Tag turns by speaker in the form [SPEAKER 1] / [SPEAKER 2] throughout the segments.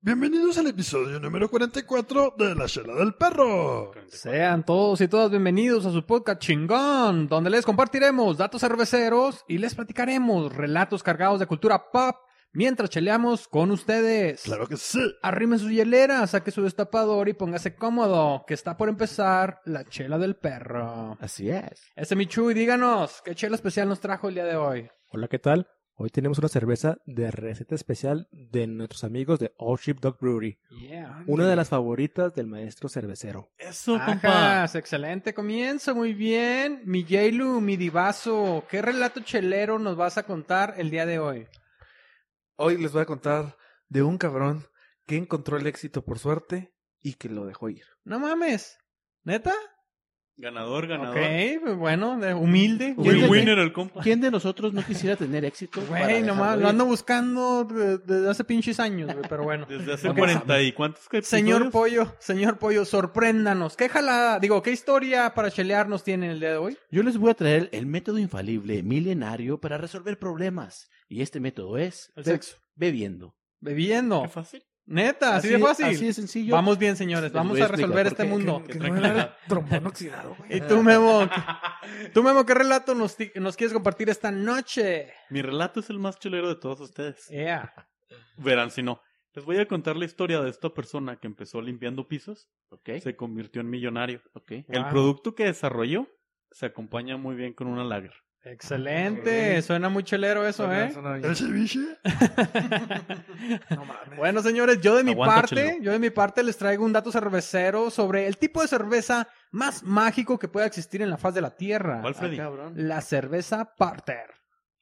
[SPEAKER 1] Bienvenidos al episodio número 44 de La Chela del Perro.
[SPEAKER 2] Sean todos y todas bienvenidos a su podcast chingón, donde les compartiremos datos cerveceros y les platicaremos relatos cargados de cultura pop mientras cheleamos con ustedes.
[SPEAKER 1] Claro que sí.
[SPEAKER 2] Arrimen su hielera, saque su destapador y póngase cómodo, que está por empezar la chela del perro.
[SPEAKER 3] Así es.
[SPEAKER 2] Este Michu, y díganos, ¿qué chela especial nos trajo el día de hoy?
[SPEAKER 3] Hola, ¿qué tal? Hoy tenemos una cerveza de receta especial de nuestros amigos de All Ship Dog Brewery.
[SPEAKER 2] Yeah.
[SPEAKER 3] Una de las favoritas del maestro cervecero.
[SPEAKER 4] Eso, compa.
[SPEAKER 2] Ajas, excelente comienzo, muy bien. Mi Jailu, mi divazo, ¿qué relato chelero nos vas a contar el día de hoy?
[SPEAKER 5] Hoy les voy a contar de un cabrón que encontró el éxito por suerte y que lo dejó ir.
[SPEAKER 2] No mames, ¿neta?
[SPEAKER 4] Ganador, ganador.
[SPEAKER 2] Ok, pues bueno, de- humilde.
[SPEAKER 4] Win-
[SPEAKER 2] Humilde.
[SPEAKER 4] winner el compa.
[SPEAKER 6] ¿Quién de nosotros no quisiera tener éxito?
[SPEAKER 2] Güey, nomás, lo ando buscando de- desde hace pinches años, güey, pero bueno.
[SPEAKER 4] Desde hace
[SPEAKER 2] Ok.
[SPEAKER 4] 40 y cuántos que
[SPEAKER 2] Señor Pollo, señor Pollo, sorpréndanos. ¿Qué jalada, digo, qué historia para chelear nos tiene el día de hoy?
[SPEAKER 6] Yo les voy a traer el método infalible, milenario, para resolver problemas. Y este método es
[SPEAKER 2] El
[SPEAKER 6] be-
[SPEAKER 2] sexo.
[SPEAKER 6] bebiendo.
[SPEAKER 2] Bebiendo.
[SPEAKER 4] Qué fácil.
[SPEAKER 2] Neta, así, de fácil.
[SPEAKER 6] Así de sencillo.
[SPEAKER 2] Vamos bien, señores,
[SPEAKER 6] Les
[SPEAKER 2] vamos
[SPEAKER 6] voy a
[SPEAKER 2] a resolver este
[SPEAKER 6] explicar por qué.
[SPEAKER 2] mundo.
[SPEAKER 4] Qué
[SPEAKER 5] Que no
[SPEAKER 4] tranquilidad.
[SPEAKER 5] era trombón oxidado, güey.
[SPEAKER 2] Y tú, Memo, ¿qué- tú, Memo, ¿qué relato nos, ti- nos quieres compartir esta noche?
[SPEAKER 4] Mi relato es el más chulero de todos ustedes.
[SPEAKER 2] Yeah.
[SPEAKER 4] Verán si no. Les voy a contar la historia de esta persona que empezó limpiando pisos,
[SPEAKER 6] Ok,
[SPEAKER 4] se convirtió en millonario.
[SPEAKER 6] ok. Ah,
[SPEAKER 4] El
[SPEAKER 2] Wow.
[SPEAKER 4] producto que desarrolló se acompaña muy bien con una lager.
[SPEAKER 2] Excelente, suena muy chelero eso,
[SPEAKER 5] Suena-
[SPEAKER 2] ¿eh?
[SPEAKER 5] suena bien.
[SPEAKER 1] El ceviche.
[SPEAKER 5] No mames.
[SPEAKER 2] Bueno, señores, yo de mi
[SPEAKER 4] Aguanta,
[SPEAKER 2] parte,
[SPEAKER 4] Chelo.
[SPEAKER 2] yo de mi parte les traigo un dato cervecero sobre el tipo de cerveza más mágico que pueda existir en la faz de la Tierra.
[SPEAKER 4] ¿Cuál, Freddy?
[SPEAKER 6] cabrón.
[SPEAKER 2] La cerveza Parter.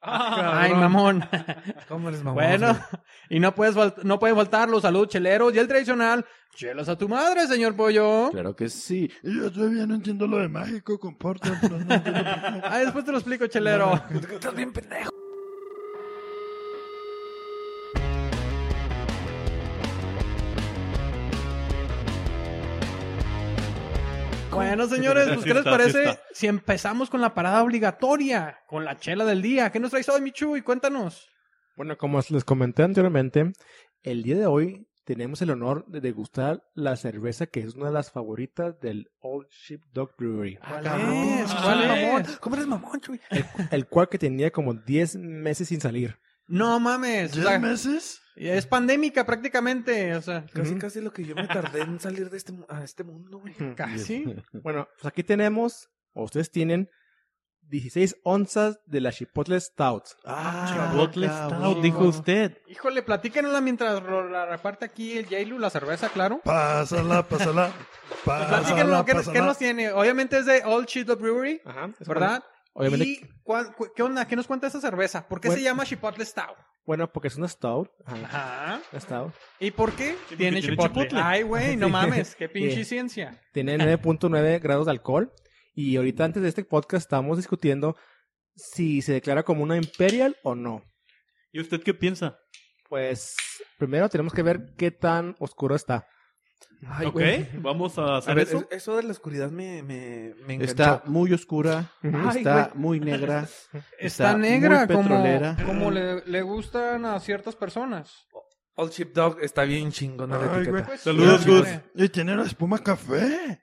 [SPEAKER 5] Ah,
[SPEAKER 2] Ay,
[SPEAKER 5] cabrón.
[SPEAKER 2] mamón.
[SPEAKER 5] ¿Cómo eres mamón?
[SPEAKER 2] bueno,
[SPEAKER 5] güey?
[SPEAKER 2] y no puedes fal- no pueden faltar los saludos cheleros y el tradicional chelos a tu madre, señor pollo.
[SPEAKER 6] Claro que sí.
[SPEAKER 1] Y yo todavía no entiendo lo de mágico con Porter, pero no entiendo por qué.
[SPEAKER 2] Ah, después te lo explico, chelero.
[SPEAKER 5] Estás bien pendejo.
[SPEAKER 2] Bueno, señores, pues, ¿qué les
[SPEAKER 4] Así está, así
[SPEAKER 2] parece
[SPEAKER 4] está.
[SPEAKER 2] si empezamos con la parada obligatoria, con la chela del día? ¿Qué nos traes hoy, Michu? Y cuéntanos.
[SPEAKER 3] Bueno, como les comenté anteriormente, el día de hoy tenemos el honor de degustar la cerveza que es una de las favoritas del Old Ship Dog Brewery,
[SPEAKER 2] ¿Cuál
[SPEAKER 5] cabrón.
[SPEAKER 2] es?
[SPEAKER 5] Ah,
[SPEAKER 2] ¿Cuál
[SPEAKER 5] mamón.
[SPEAKER 2] es?
[SPEAKER 5] ¿Cómo eres mamón, chuy?
[SPEAKER 3] el cual que tenía como 10 meses sin salir.
[SPEAKER 2] No mames. o sea,
[SPEAKER 1] ¿Diez meses?
[SPEAKER 2] es pandémica prácticamente. O sea,
[SPEAKER 5] Casi,
[SPEAKER 3] Ujú.
[SPEAKER 5] casi lo que yo me tardé en salir de este, mu- a este mundo, güey.
[SPEAKER 2] casi.
[SPEAKER 3] Bueno, pues aquí tenemos, o ustedes tienen, 16 onzas de la Chipotle Stout.
[SPEAKER 5] Ah,
[SPEAKER 4] Chipotle Stout, dijo usted.
[SPEAKER 2] Híjole, platíquenosla mientras lo- la reparte aquí el Jailu, la cerveza, claro.
[SPEAKER 1] Pásala, pásala. Pásala,
[SPEAKER 2] Platíquenos, ¿qué, qué
[SPEAKER 1] pásala.
[SPEAKER 2] nos tiene? Obviamente es de Old Chipotle Brewery,
[SPEAKER 3] Ajá, es
[SPEAKER 2] ¿verdad?
[SPEAKER 3] Obviamente.
[SPEAKER 2] ¿Y cuál- cu- qué onda? ¿Qué nos cuenta esa cerveza? ¿Por qué
[SPEAKER 3] Bueno.
[SPEAKER 2] se llama Chipotle Stout?
[SPEAKER 3] Bueno, porque es una stout. Ajá,
[SPEAKER 2] Ajá.
[SPEAKER 3] una stout.
[SPEAKER 2] ¿Y por qué
[SPEAKER 4] porque
[SPEAKER 2] tiene
[SPEAKER 4] tiene
[SPEAKER 2] chipotle?
[SPEAKER 4] chipotle.
[SPEAKER 2] Ay, güey, no mames, qué pinche
[SPEAKER 3] Sí.
[SPEAKER 2] ciencia.
[SPEAKER 3] Tiene 9.9 grados de alcohol. Y ahorita antes de este podcast estamos discutiendo si se declara como una imperial o no.
[SPEAKER 4] ¿Y usted qué piensa?
[SPEAKER 3] Pues primero tenemos que ver qué tan oscuro está.
[SPEAKER 5] Ay,
[SPEAKER 4] ok,
[SPEAKER 5] güey.
[SPEAKER 4] vamos a
[SPEAKER 5] A
[SPEAKER 4] hacer
[SPEAKER 5] ver,
[SPEAKER 4] eso.
[SPEAKER 5] es- eso de la oscuridad me, me, me
[SPEAKER 6] Está
[SPEAKER 5] enganchó.
[SPEAKER 6] muy oscura,
[SPEAKER 3] Ay,
[SPEAKER 6] está muy negra.
[SPEAKER 2] Está,
[SPEAKER 6] Está muy
[SPEAKER 2] negra como,
[SPEAKER 6] petrolera.
[SPEAKER 2] como le, le gustan a ciertas personas.
[SPEAKER 5] Old Chip Dog está bien chingona la
[SPEAKER 1] Ay,
[SPEAKER 2] pues.
[SPEAKER 5] etiqueta.
[SPEAKER 1] güey.
[SPEAKER 4] Saludos,
[SPEAKER 2] sí,
[SPEAKER 4] Gus.
[SPEAKER 2] güey.
[SPEAKER 1] Y tiene una espuma café.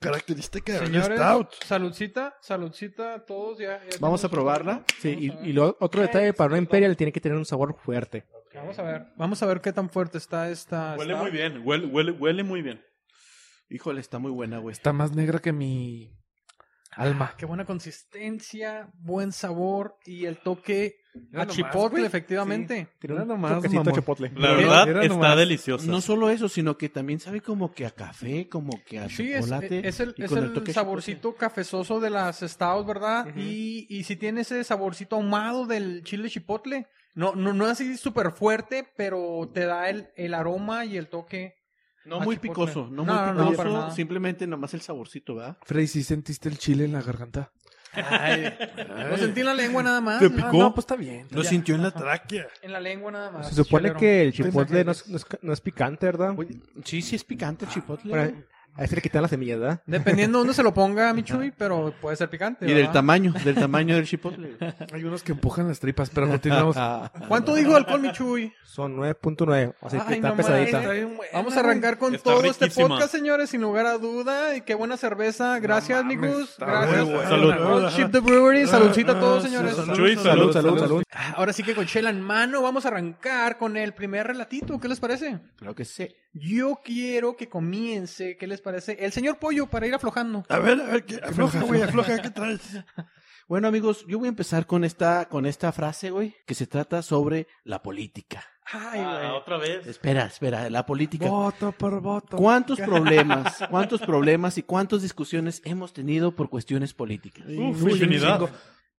[SPEAKER 1] Característica de un
[SPEAKER 2] Señores,
[SPEAKER 1] stout.
[SPEAKER 2] saludcita, saludcita a todos. Ya, ya
[SPEAKER 6] Vamos a
[SPEAKER 2] tenemos-
[SPEAKER 6] probarla.
[SPEAKER 3] Sí, y, y lo- otro detalle para una imperial tiene que tener un sabor fuerte.
[SPEAKER 2] Vamos a ver. Vamos a ver qué tan fuerte está esta.
[SPEAKER 4] Huele
[SPEAKER 2] ah, está-
[SPEAKER 4] muy bien, huele, huele, huele muy bien.
[SPEAKER 6] Híjole, está muy buena, güey.
[SPEAKER 5] Está más negra que mi alma.
[SPEAKER 2] Qué buena consistencia, buen sabor y el toque
[SPEAKER 5] Mira
[SPEAKER 2] a
[SPEAKER 5] nomás,
[SPEAKER 2] Ah, chipotle,
[SPEAKER 5] güey.
[SPEAKER 2] efectivamente.
[SPEAKER 3] Tiene
[SPEAKER 5] Mira
[SPEAKER 3] un
[SPEAKER 5] nomás,
[SPEAKER 3] toquecito
[SPEAKER 5] mamón.
[SPEAKER 3] chipotle.
[SPEAKER 4] La
[SPEAKER 5] Mira,
[SPEAKER 4] verdad
[SPEAKER 5] mira
[SPEAKER 4] está
[SPEAKER 5] nomás.
[SPEAKER 4] deliciosa.
[SPEAKER 6] No solo eso, sino que también sabe como que a café, como que a
[SPEAKER 2] Sí, es,
[SPEAKER 6] chocolate.
[SPEAKER 2] es el,
[SPEAKER 6] y
[SPEAKER 2] es
[SPEAKER 6] con
[SPEAKER 2] el,
[SPEAKER 6] toque de
[SPEAKER 2] saborcito cafezoso de las stouts, ¿verdad?
[SPEAKER 3] Ujú.
[SPEAKER 2] y, y sí tiene ese saborcito ahumado del chile chipotle. No, no, no así súper fuerte, pero te da el, el aroma y el toque.
[SPEAKER 6] No
[SPEAKER 2] Ah,
[SPEAKER 6] muy
[SPEAKER 2] chipotle.
[SPEAKER 6] picoso, no,
[SPEAKER 2] No, no, no,
[SPEAKER 6] muy
[SPEAKER 2] para
[SPEAKER 6] picoso,
[SPEAKER 2] nada. Ah,
[SPEAKER 6] simplemente nomás el saborcito, ¿verdad?
[SPEAKER 5] Freddy, ¿sí sentiste el chile en la garganta?
[SPEAKER 2] Lo sentí en la lengua nada más.
[SPEAKER 4] ¿Te
[SPEAKER 2] Ah,
[SPEAKER 4] picó?
[SPEAKER 2] no,
[SPEAKER 5] No, pues está bien.
[SPEAKER 1] Lo sintió en la tráquea.
[SPEAKER 2] en la lengua nada más.
[SPEAKER 3] Se supone
[SPEAKER 2] chelero.
[SPEAKER 3] que el chipotle no es, no es- no es picante, ¿verdad?
[SPEAKER 6] Oye, sí, sí es picante el chipotle.
[SPEAKER 3] Bueno,
[SPEAKER 6] güey.
[SPEAKER 3] A este le quitan las semillas, ¿verdad?
[SPEAKER 2] Dependiendo dónde se lo ponga, mi Chuy, pero ah. puede ser picante.
[SPEAKER 4] Y del
[SPEAKER 2] ¿verdad?
[SPEAKER 4] tamaño, del tamaño del chipotle. güey.
[SPEAKER 5] Hay unos que empujan las tripas, pero continuamos.
[SPEAKER 6] Ah.
[SPEAKER 2] ¿Cuánto dijo de alcohol, mi Chuy?
[SPEAKER 3] Son 9.9, así que
[SPEAKER 2] Ay,
[SPEAKER 3] está
[SPEAKER 2] no
[SPEAKER 3] pesadita.
[SPEAKER 2] mames. Vamos a arrancar con
[SPEAKER 4] Está
[SPEAKER 2] todo este
[SPEAKER 4] riquísima.
[SPEAKER 2] podcast, señores, sin lugar a duda. Y qué buena cerveza. Gracias,
[SPEAKER 5] mames,
[SPEAKER 2] amigos.
[SPEAKER 5] está
[SPEAKER 2] Gracias.
[SPEAKER 1] muy buena.
[SPEAKER 4] Salud.
[SPEAKER 2] Old Ship the Brewery. Saludcita a todos,
[SPEAKER 1] Ah,
[SPEAKER 2] señores.
[SPEAKER 1] sí,
[SPEAKER 4] Chuy,
[SPEAKER 3] Salud,
[SPEAKER 4] Salud,
[SPEAKER 3] salud, salud.
[SPEAKER 2] Ahora sí que con chela en mano vamos a arrancar con el primer relatito. ¿Qué les parece?
[SPEAKER 6] Claro que sí.
[SPEAKER 2] Yo quiero que comience, ¿qué les parece? El señor Pollo para ir aflojando.
[SPEAKER 1] A ver, a ver, ¿qué? afloja, güey, afloja, ¿qué traes?
[SPEAKER 6] Bueno, amigos, yo voy a empezar con esta, con esta frase, güey, que se trata sobre la política.
[SPEAKER 2] Ay, güey.
[SPEAKER 4] Ah, otra vez.
[SPEAKER 6] Espera, espera, la política.
[SPEAKER 5] Voto por voto.
[SPEAKER 6] ¿Cuántos problemas, cuántos problemas y cuántas discusiones hemos tenido por cuestiones políticas?
[SPEAKER 4] Uf,
[SPEAKER 5] Uy, un
[SPEAKER 4] infinidad.
[SPEAKER 5] chingo.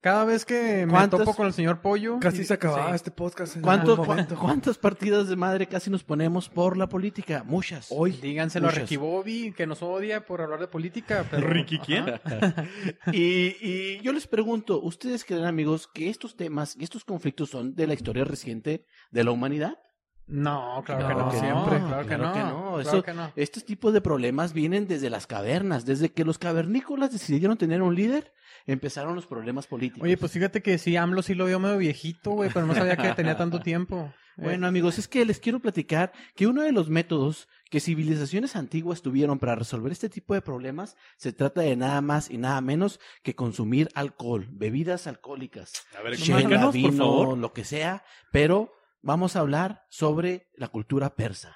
[SPEAKER 2] Cada vez que me
[SPEAKER 6] ¿Cuántas-
[SPEAKER 2] topo con el señor Pollo.
[SPEAKER 5] Casi se acababa
[SPEAKER 2] Sí.
[SPEAKER 5] este podcast en
[SPEAKER 6] ¿Cuántos-
[SPEAKER 5] algún
[SPEAKER 6] cua-
[SPEAKER 5] momento.
[SPEAKER 6] ¿Cuántas partidas de madre casi nos ponemos por la política? Muchas.
[SPEAKER 5] Hoy.
[SPEAKER 2] Díganselo a
[SPEAKER 6] Muchas.
[SPEAKER 2] Ricky Bobby, que nos odia por hablar de política. Pero...
[SPEAKER 4] ¿Ricky quién?
[SPEAKER 2] Ajá.
[SPEAKER 6] Y, y yo les pregunto, ¿ustedes creen, amigos, que estos temas y estos conflictos son de la historia reciente de la humanidad?
[SPEAKER 2] No, claro
[SPEAKER 5] No,
[SPEAKER 2] que no.
[SPEAKER 5] siempre.
[SPEAKER 2] Claro que
[SPEAKER 6] Claro
[SPEAKER 2] no.
[SPEAKER 6] que no,
[SPEAKER 2] claro
[SPEAKER 6] eso-
[SPEAKER 2] que no.
[SPEAKER 6] Estos tipos de problemas vienen desde las cavernas, desde que los cavernícolas decidieron tener un líder, empezaron los problemas políticos.
[SPEAKER 2] Oye, pues fíjate que sí, AMLO sí lo vio medio viejito, güey, pero no sabía que tenía tanto tiempo. Eh,
[SPEAKER 6] Bueno, amigos, es que les quiero platicar que uno de los métodos que civilizaciones antiguas tuvieron para resolver este tipo de problemas se trata de nada más y nada menos que consumir alcohol, bebidas alcohólicas,
[SPEAKER 4] A ver,
[SPEAKER 6] chela,
[SPEAKER 4] explícanos, por
[SPEAKER 6] vino,
[SPEAKER 4] favor.
[SPEAKER 6] lo que sea, pero vamos a hablar sobre la cultura persa.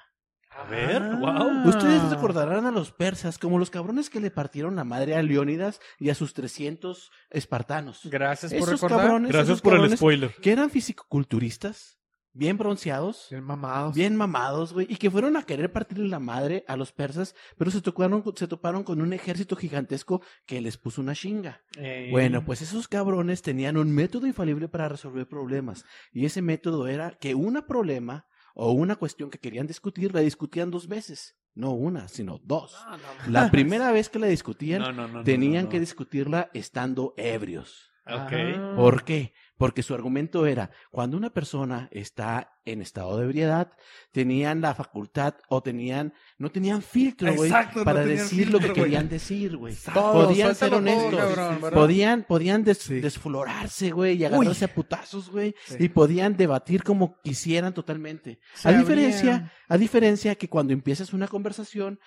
[SPEAKER 4] A ver,
[SPEAKER 2] Ah.
[SPEAKER 4] wow.
[SPEAKER 6] Ustedes recordarán a los persas como los cabrones que le partieron la madre a Leónidas y a sus 300 espartanos.
[SPEAKER 2] Gracias por
[SPEAKER 6] Esos
[SPEAKER 2] recordar.
[SPEAKER 6] cabrones,
[SPEAKER 4] Gracias
[SPEAKER 6] esos
[SPEAKER 4] por el
[SPEAKER 6] cabrones
[SPEAKER 4] spoiler.
[SPEAKER 6] que eran fisicoculturistas, bien bronceados,
[SPEAKER 5] Bien mamados.
[SPEAKER 6] Bien mamados, güey. Y que fueron a querer partirle la madre a los persas, pero se, tocaron, se toparon con un ejército gigantesco que les puso una chinga.
[SPEAKER 2] Eh,
[SPEAKER 6] Bueno, pues esos cabrones tenían un método infalible para resolver problemas. Y ese método era que un problema o una cuestión que querían discutir la discutían dos veces. No una, sino dos.
[SPEAKER 2] no, ah, no,
[SPEAKER 6] La primera vez que la discutían,
[SPEAKER 4] No, no, no, no,
[SPEAKER 6] tenían
[SPEAKER 4] no, no.
[SPEAKER 6] que discutirla estando ebrios.
[SPEAKER 2] ah,
[SPEAKER 4] Ok.
[SPEAKER 2] Ajá.
[SPEAKER 6] ¿Por qué? Porque su argumento era, cuando una persona está en estado de ebriedad, tenían la facultad o tenían, no tenían filtro, güey,
[SPEAKER 5] Exacto, no
[SPEAKER 6] para
[SPEAKER 5] tenían
[SPEAKER 6] decir lo que
[SPEAKER 5] filtro, güey.
[SPEAKER 6] querían decir, güey.
[SPEAKER 2] Todo,
[SPEAKER 6] Podían ser
[SPEAKER 2] suéltalo todo,
[SPEAKER 6] honestos.
[SPEAKER 2] cabrón, ¿verdad?
[SPEAKER 6] Podían, podían des-
[SPEAKER 5] Sí.
[SPEAKER 6] desflorarse, güey, y agarrarse a putazos, güey,
[SPEAKER 5] Sí.
[SPEAKER 6] y podían debatir como quisieran totalmente.
[SPEAKER 2] Se
[SPEAKER 6] A diferencia,
[SPEAKER 2] abrían.
[SPEAKER 6] a diferencia que cuando empiezas una conversación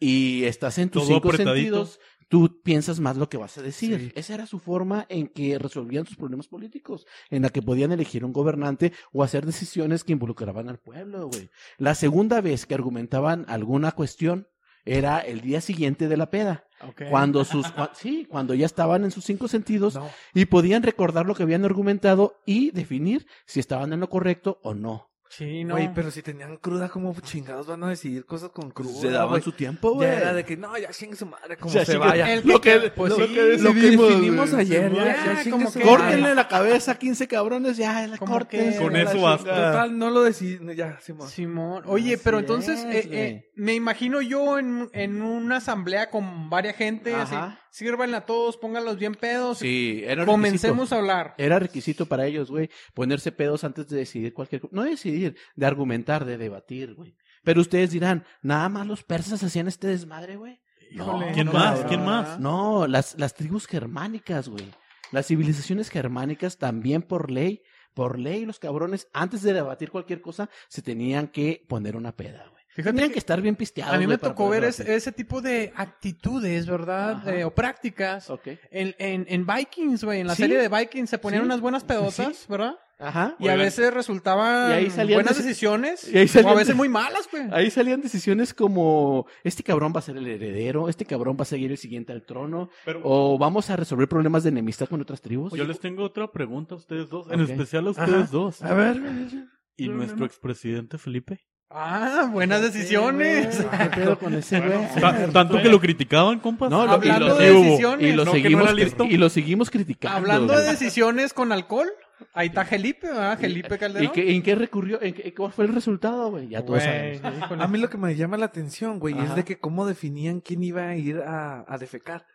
[SPEAKER 6] y estás en tus
[SPEAKER 4] Todo
[SPEAKER 6] cinco
[SPEAKER 4] apretadito.
[SPEAKER 6] sentidos, tú piensas más lo que vas a decir.
[SPEAKER 5] Sí.
[SPEAKER 6] Esa era su forma en que resolvían sus problemas políticos, en la que podían elegir un gobernante o hacer decisiones que involucraban al pueblo, güey. La segunda vez que argumentaban alguna cuestión era el día siguiente de la peda,
[SPEAKER 2] Ok.
[SPEAKER 6] cuando sus cua- sí, cuando ya estaban en sus cinco sentidos
[SPEAKER 5] No.
[SPEAKER 6] y podían recordar lo que habían argumentado y definir si estaban en lo correcto o no.
[SPEAKER 2] Sí, no.
[SPEAKER 5] Güey, pero si tenían cruda, ¿cómo chingados van a decidir cosas con cruda?
[SPEAKER 6] Se daban
[SPEAKER 5] güey?
[SPEAKER 6] su tiempo, güey.
[SPEAKER 5] Ya era de que, no, ya chingue su madre, como
[SPEAKER 6] Ya
[SPEAKER 5] se
[SPEAKER 6] chingue-
[SPEAKER 5] vaya.
[SPEAKER 2] El que-
[SPEAKER 6] lo que-
[SPEAKER 2] pues
[SPEAKER 5] lo
[SPEAKER 2] sí.
[SPEAKER 5] que Lo que
[SPEAKER 6] decidimos,
[SPEAKER 5] definimos
[SPEAKER 6] güey.
[SPEAKER 5] ayer,
[SPEAKER 2] Sí,
[SPEAKER 5] ya,
[SPEAKER 2] ya,
[SPEAKER 5] ya chingue
[SPEAKER 2] como
[SPEAKER 5] su
[SPEAKER 2] que-
[SPEAKER 5] madre.
[SPEAKER 6] Córtenle la cabeza a 15 cabrones, ya, la
[SPEAKER 2] ¿Cómo
[SPEAKER 6] corten.
[SPEAKER 2] que?
[SPEAKER 4] Con
[SPEAKER 6] la
[SPEAKER 4] eso
[SPEAKER 6] chingada.
[SPEAKER 4] basta.
[SPEAKER 5] Total, no lo decidí, ya, Simón.
[SPEAKER 2] Simón. Oye, pero
[SPEAKER 6] Así
[SPEAKER 2] entonces
[SPEAKER 6] es,
[SPEAKER 2] eh, eh,
[SPEAKER 6] güey.
[SPEAKER 2] me imagino yo en, en una asamblea con varias gente, así,
[SPEAKER 6] Ajá.
[SPEAKER 2] sírvanle a todos, pónganlos bien pedos,
[SPEAKER 6] Sí, era requisito.
[SPEAKER 2] comencemos a hablar.
[SPEAKER 6] Era requisito para ellos, güey, ponerse pedos antes de decidir cualquier cosa. No de decidir, de argumentar, de debatir, güey. Pero ustedes dirán, nada más los persas hacían este desmadre, güey.
[SPEAKER 2] Híjole,
[SPEAKER 4] ¿Quién
[SPEAKER 2] no,
[SPEAKER 4] más?
[SPEAKER 2] cabrón.
[SPEAKER 4] ¿Quién más?
[SPEAKER 6] No, las, las tribus germánicas, güey. Las civilizaciones germánicas también por ley, por ley, los cabrones, antes de debatir cualquier cosa, se tenían que poner una peda, güey.
[SPEAKER 2] Fíjate
[SPEAKER 6] Tenían
[SPEAKER 2] que,
[SPEAKER 6] que estar bien pisteados.
[SPEAKER 2] a mí me
[SPEAKER 6] güey, para
[SPEAKER 2] tocó
[SPEAKER 6] poder
[SPEAKER 2] ver es-
[SPEAKER 6] debatir.
[SPEAKER 2] ese tipo de actitudes, ¿verdad?
[SPEAKER 6] Ajá.
[SPEAKER 2] Eh, o prácticas.
[SPEAKER 6] Ok.
[SPEAKER 2] En, en, en Vikings, güey, en la
[SPEAKER 6] Sí.
[SPEAKER 2] serie de Vikings se ponían
[SPEAKER 6] Sí.
[SPEAKER 2] unas buenas pedotas, ¿verdad?
[SPEAKER 6] Ajá.
[SPEAKER 2] Y a
[SPEAKER 4] Oigan.
[SPEAKER 2] veces resultaban
[SPEAKER 6] Y ahí salían
[SPEAKER 2] buenas
[SPEAKER 6] deci-
[SPEAKER 2] decisiones
[SPEAKER 6] y
[SPEAKER 2] o
[SPEAKER 6] ahí
[SPEAKER 2] a
[SPEAKER 6] salían-
[SPEAKER 2] veces muy malas, güey.
[SPEAKER 6] Ahí salían decisiones como, este cabrón va a ser el heredero, este cabrón va a seguir el siguiente al trono,
[SPEAKER 4] Pero-
[SPEAKER 6] o vamos a resolver problemas de enemistad con otras tribus.
[SPEAKER 4] Yo les tengo otra pregunta a ustedes dos, en
[SPEAKER 6] Ok.
[SPEAKER 4] especial a ustedes dos.
[SPEAKER 1] A ver, güey.
[SPEAKER 4] ¿Y nuestro expresidente Felipe?
[SPEAKER 2] Ah, buenas decisiones.
[SPEAKER 6] ¿Qué pedo con ese güey?
[SPEAKER 4] Ta- tanto que lo criticaban, compas.
[SPEAKER 6] No, lo- y
[SPEAKER 2] Hablando
[SPEAKER 6] lo-
[SPEAKER 2] de
[SPEAKER 6] y hubo-
[SPEAKER 2] decisiones.
[SPEAKER 6] y lo
[SPEAKER 4] No, que no
[SPEAKER 6] seguimos
[SPEAKER 4] era
[SPEAKER 6] cri-
[SPEAKER 4] listo.
[SPEAKER 6] y lo seguimos criticando.
[SPEAKER 2] Hablando de
[SPEAKER 6] güey.
[SPEAKER 2] decisiones con alcohol, ahí está Felipe, ¿verdad? Felipe
[SPEAKER 6] ¿Y
[SPEAKER 2] Calderón.
[SPEAKER 6] qué- en qué recurrió? ¿En qué, ¿Cuál fue el resultado, güey? Ya todos
[SPEAKER 2] Güey,
[SPEAKER 6] sabemos.
[SPEAKER 2] híjole.
[SPEAKER 5] A mí lo que me llama la atención, güey,
[SPEAKER 6] Ajá.
[SPEAKER 5] es de que cómo definían quién iba a ir a, a defecar.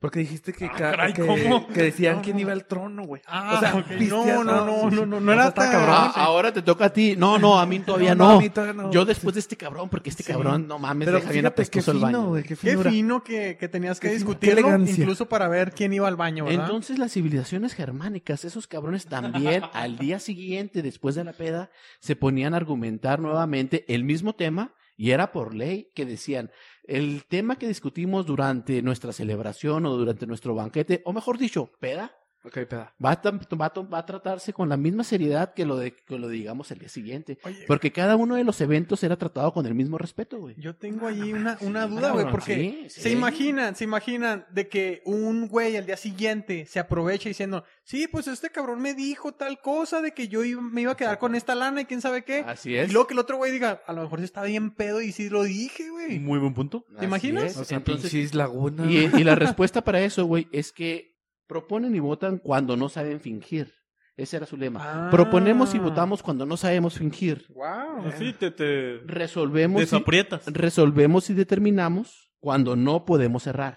[SPEAKER 5] Porque dijiste que,
[SPEAKER 4] Ah,
[SPEAKER 5] ca-
[SPEAKER 4] caray,
[SPEAKER 5] que,
[SPEAKER 4] ¿cómo?
[SPEAKER 5] que decían
[SPEAKER 4] No,
[SPEAKER 5] quién
[SPEAKER 4] no.
[SPEAKER 5] iba al trono, güey.
[SPEAKER 2] Ah,
[SPEAKER 5] o sea,
[SPEAKER 2] ok.
[SPEAKER 5] pisteas-
[SPEAKER 2] no, no, no, no, no, no era
[SPEAKER 5] O sea, está
[SPEAKER 2] tan-
[SPEAKER 5] cabrón.
[SPEAKER 6] Ah, ahora te toca a ti. No, no, a mí todavía no.
[SPEAKER 5] a mí todavía no.
[SPEAKER 6] Yo después de este cabrón, porque este
[SPEAKER 5] Sí.
[SPEAKER 6] cabrón, no mames,
[SPEAKER 5] Pero
[SPEAKER 6] deja bien
[SPEAKER 5] fíjate qué
[SPEAKER 6] apestoso el baño.
[SPEAKER 5] fino, güey, qué
[SPEAKER 2] Qué
[SPEAKER 5] finura.
[SPEAKER 2] fino que, que tenías que
[SPEAKER 5] Qué fino, qué
[SPEAKER 2] discutirlo,
[SPEAKER 5] elegancia.
[SPEAKER 2] incluso para ver quién iba al baño, ¿verdad?
[SPEAKER 6] Entonces las civilizaciones germánicas, esos cabrones también al día siguiente, después de la peda, se ponían a argumentar nuevamente el mismo tema y era por ley que decían, el tema que discutimos durante nuestra celebración o durante nuestro banquete, o mejor dicho, peda,
[SPEAKER 5] Ok, peda.
[SPEAKER 6] va a, tam- va a tom- va a tratarse con la misma seriedad que lo, de, que lo digamos el día siguiente.
[SPEAKER 2] Oye.
[SPEAKER 6] Porque cada uno de los eventos era tratado con el mismo respeto, güey.
[SPEAKER 2] Yo tengo ahí una, una
[SPEAKER 6] Sí,
[SPEAKER 2] duda, güey,
[SPEAKER 6] cabrón,
[SPEAKER 2] porque
[SPEAKER 6] sí,
[SPEAKER 2] se
[SPEAKER 6] sí.
[SPEAKER 2] imaginan, se imaginan de que un güey al día siguiente se aprovecha diciendo, sí, pues este cabrón me dijo tal cosa de que yo iba- me iba a quedar con esta lana y quién sabe qué.
[SPEAKER 6] Así es.
[SPEAKER 2] Y luego que el otro güey diga, a lo mejor sí estaba bien pedo y sí lo dije,
[SPEAKER 6] Mm.
[SPEAKER 2] güey.
[SPEAKER 4] Muy buen punto.
[SPEAKER 6] Así
[SPEAKER 2] imaginas?
[SPEAKER 6] es.
[SPEAKER 5] O sea,
[SPEAKER 6] Entonces,
[SPEAKER 5] pinches lagunas.
[SPEAKER 6] Y, y la respuesta para eso, güey, es que proponen y votan cuando no saben fingir. Ese era su lema.
[SPEAKER 2] Ah.
[SPEAKER 6] Proponemos y votamos cuando no sabemos fingir.
[SPEAKER 2] Wow.
[SPEAKER 4] Así te, te
[SPEAKER 6] Resolvemos y,
[SPEAKER 4] desaprietas.
[SPEAKER 6] resolvemos y determinamos cuando no podemos errar.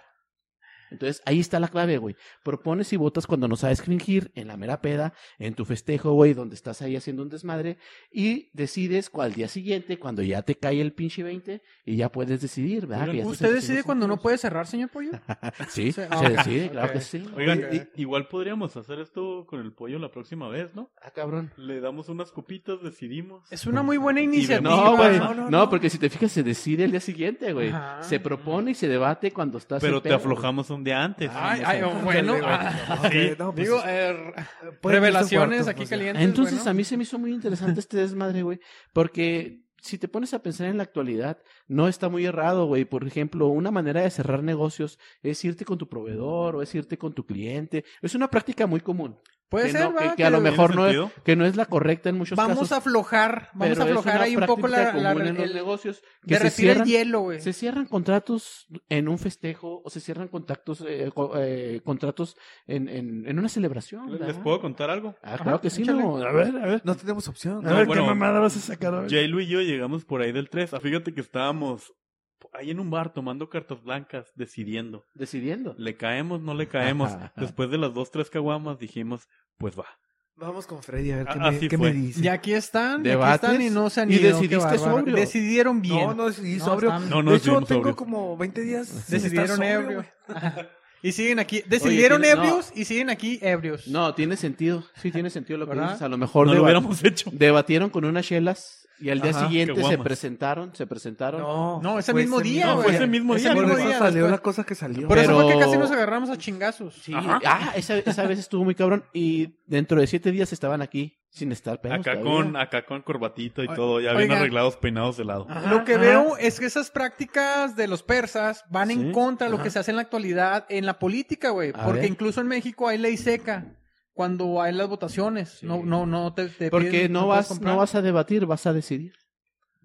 [SPEAKER 6] Entonces, ahí está la clave, güey. Propones y votas cuando no sabes fingir, en la mera peda, en tu festejo, güey, donde estás ahí haciendo un desmadre, y decides cuál día siguiente, cuando ya te cae el pinche 20, y ya puedes decidir, ¿verdad? Que ya estás en
[SPEAKER 2] ¿Usted
[SPEAKER 6] tus
[SPEAKER 2] decide
[SPEAKER 6] cinco
[SPEAKER 2] cuando no
[SPEAKER 6] sentidos.
[SPEAKER 2] puede cerrar, señor Pollo?
[SPEAKER 6] Sí,
[SPEAKER 2] Sí,
[SPEAKER 6] se
[SPEAKER 2] ah, ok,
[SPEAKER 6] decide, claro
[SPEAKER 2] ok.
[SPEAKER 6] que sí.
[SPEAKER 4] Oigan,
[SPEAKER 2] Ok.
[SPEAKER 4] i- igual podríamos hacer esto con el pollo la próxima vez, ¿no?
[SPEAKER 6] Ah, cabrón.
[SPEAKER 4] Le damos unas copitas, decidimos.
[SPEAKER 2] Es una muy buena iniciativa.
[SPEAKER 6] No, güey.
[SPEAKER 2] Ajá.
[SPEAKER 6] No, porque si te fijas, se decide el día siguiente, güey.
[SPEAKER 2] Ajá.
[SPEAKER 6] Se propone y se debate cuando estás.
[SPEAKER 4] Pero
[SPEAKER 6] en
[SPEAKER 4] te
[SPEAKER 6] pedo.
[SPEAKER 4] aflojamos un día antes.
[SPEAKER 2] Ay,
[SPEAKER 4] No sé.
[SPEAKER 2] ay, bueno.
[SPEAKER 5] Ándale, güey.
[SPEAKER 2] ah,
[SPEAKER 5] Ok,
[SPEAKER 4] sí.
[SPEAKER 5] no, pues,
[SPEAKER 2] Digo, eh,
[SPEAKER 5] pueden irse a un
[SPEAKER 2] revelaciones
[SPEAKER 5] cuarto,
[SPEAKER 2] aquí
[SPEAKER 5] pues, ya.
[SPEAKER 2] calientes.
[SPEAKER 6] Entonces,
[SPEAKER 2] bueno.
[SPEAKER 6] a mí se me hizo muy interesante este desmadre, güey. Porque si te pones a pensar en la actualidad, no está muy errado, güey. Por ejemplo, una manera de cerrar negocios es irte con tu proveedor o es irte con tu cliente. Es una práctica muy común.
[SPEAKER 2] Puede
[SPEAKER 6] que
[SPEAKER 2] ser,
[SPEAKER 6] no- que-
[SPEAKER 2] ¿verdad?
[SPEAKER 6] que a lo
[SPEAKER 2] Que-
[SPEAKER 4] ¿Tiene
[SPEAKER 6] mejor no es-
[SPEAKER 4] sentido?
[SPEAKER 6] Que no es la correcta en muchos
[SPEAKER 2] Vamos
[SPEAKER 6] casos.
[SPEAKER 2] a aflojar, vamos a
[SPEAKER 6] pero es
[SPEAKER 2] aflojar
[SPEAKER 6] una
[SPEAKER 2] ahí un poco la,
[SPEAKER 6] práctica
[SPEAKER 2] la-
[SPEAKER 6] común en los
[SPEAKER 2] el-
[SPEAKER 6] negocios que
[SPEAKER 2] de
[SPEAKER 6] se
[SPEAKER 2] retirar el
[SPEAKER 6] cierran-
[SPEAKER 2] hielo, güey.
[SPEAKER 6] Se cierran contratos en un festejo o se cierran contactos, eh, co- eh, contratos en, en, en una celebración.
[SPEAKER 4] ¿Les-
[SPEAKER 6] ¿verdad?
[SPEAKER 4] ¿Les puedo contar algo?
[SPEAKER 6] Ah, claro que sí,
[SPEAKER 2] échale.
[SPEAKER 6] no. A ver, a ver.
[SPEAKER 5] No tenemos opción.
[SPEAKER 1] A
[SPEAKER 4] No,
[SPEAKER 1] ver
[SPEAKER 4] bueno.
[SPEAKER 1] qué mamada vas a sacar hoy.
[SPEAKER 4] Jaylu y yo llegamos por ahí del 3. Ah, Fíjate que estábamos ahí en un bar tomando cartas blancas, decidiendo.
[SPEAKER 6] Decidiendo.
[SPEAKER 4] ¿Le caemos, no le caemos?
[SPEAKER 6] Ajá, ajá.
[SPEAKER 4] Después de las dos, tres caguamas dijimos, pues va.
[SPEAKER 5] Vamos con Freddy a ver qué,
[SPEAKER 4] Ah,
[SPEAKER 5] me,
[SPEAKER 4] así
[SPEAKER 5] qué
[SPEAKER 4] fue.
[SPEAKER 5] me dice.
[SPEAKER 2] Y aquí están, y aquí
[SPEAKER 6] Debates,
[SPEAKER 2] están y no se han
[SPEAKER 6] y
[SPEAKER 2] ido. qué
[SPEAKER 6] decidiste
[SPEAKER 2] bárbaro.
[SPEAKER 6] sobrio.
[SPEAKER 2] Decidieron bien.
[SPEAKER 5] No, no decidí
[SPEAKER 2] No,
[SPEAKER 5] sobrio.
[SPEAKER 2] están-
[SPEAKER 4] No, no
[SPEAKER 5] de hecho,
[SPEAKER 4] decidimos
[SPEAKER 5] tengo
[SPEAKER 4] sobrios.
[SPEAKER 5] como 20 días. sin
[SPEAKER 2] Decidieron
[SPEAKER 5] estar sobrio,
[SPEAKER 2] ebrios.
[SPEAKER 5] güey.
[SPEAKER 2] Ajá. Y siguen aquí. Decidieron
[SPEAKER 6] tiene- no.
[SPEAKER 2] ebrios y siguen aquí ebrios.
[SPEAKER 6] No, tiene sentido. Sí, tiene sentido lo que
[SPEAKER 2] ¿Verdad?
[SPEAKER 6] dices. A
[SPEAKER 4] No
[SPEAKER 6] lo mejor
[SPEAKER 4] lo
[SPEAKER 6] deba-
[SPEAKER 4] hubiéramos hecho.
[SPEAKER 6] debatieron con unas chelas y al día
[SPEAKER 4] Ajá,
[SPEAKER 6] siguiente se
[SPEAKER 4] caguamas.
[SPEAKER 6] presentaron, se presentaron.
[SPEAKER 5] No,
[SPEAKER 2] No, ese
[SPEAKER 5] fue
[SPEAKER 2] mismo día,
[SPEAKER 4] No,
[SPEAKER 2] güey.
[SPEAKER 4] fue ese mismo
[SPEAKER 2] Ese
[SPEAKER 4] día.
[SPEAKER 5] Por
[SPEAKER 2] mismo
[SPEAKER 5] eso
[SPEAKER 2] día,
[SPEAKER 5] salió
[SPEAKER 2] después.
[SPEAKER 5] la cosa que salió.
[SPEAKER 2] Por eso fue que
[SPEAKER 6] Pero-
[SPEAKER 2] casi nos agarramos a chingazos.
[SPEAKER 6] Sí.
[SPEAKER 4] Ajá.
[SPEAKER 6] Ah, esa, esa vez estuvo muy cabrón y dentro de siete días estaban aquí sin estar pedos
[SPEAKER 4] Acá
[SPEAKER 6] todavía.
[SPEAKER 4] con, acá con corbatita y
[SPEAKER 2] Oiga.
[SPEAKER 4] todo, ya bien arreglados, peinados de lado.
[SPEAKER 5] Ah.
[SPEAKER 2] Ajá, lo que
[SPEAKER 5] ajá.
[SPEAKER 2] veo es que esas prácticas de los persas van en
[SPEAKER 4] Sí,
[SPEAKER 2] contra de lo
[SPEAKER 4] ajá.
[SPEAKER 2] que se hace en la actualidad en la política, güey.
[SPEAKER 6] A
[SPEAKER 2] Porque
[SPEAKER 6] ver.
[SPEAKER 2] incluso en México hay ley seca cuando hay las votaciones.
[SPEAKER 6] Sí.
[SPEAKER 2] No, no, no te, te
[SPEAKER 6] Porque
[SPEAKER 2] piden-
[SPEAKER 6] no
[SPEAKER 2] puedes
[SPEAKER 6] vas,
[SPEAKER 2] comprar.
[SPEAKER 6] no vas a debatir, vas a decidir.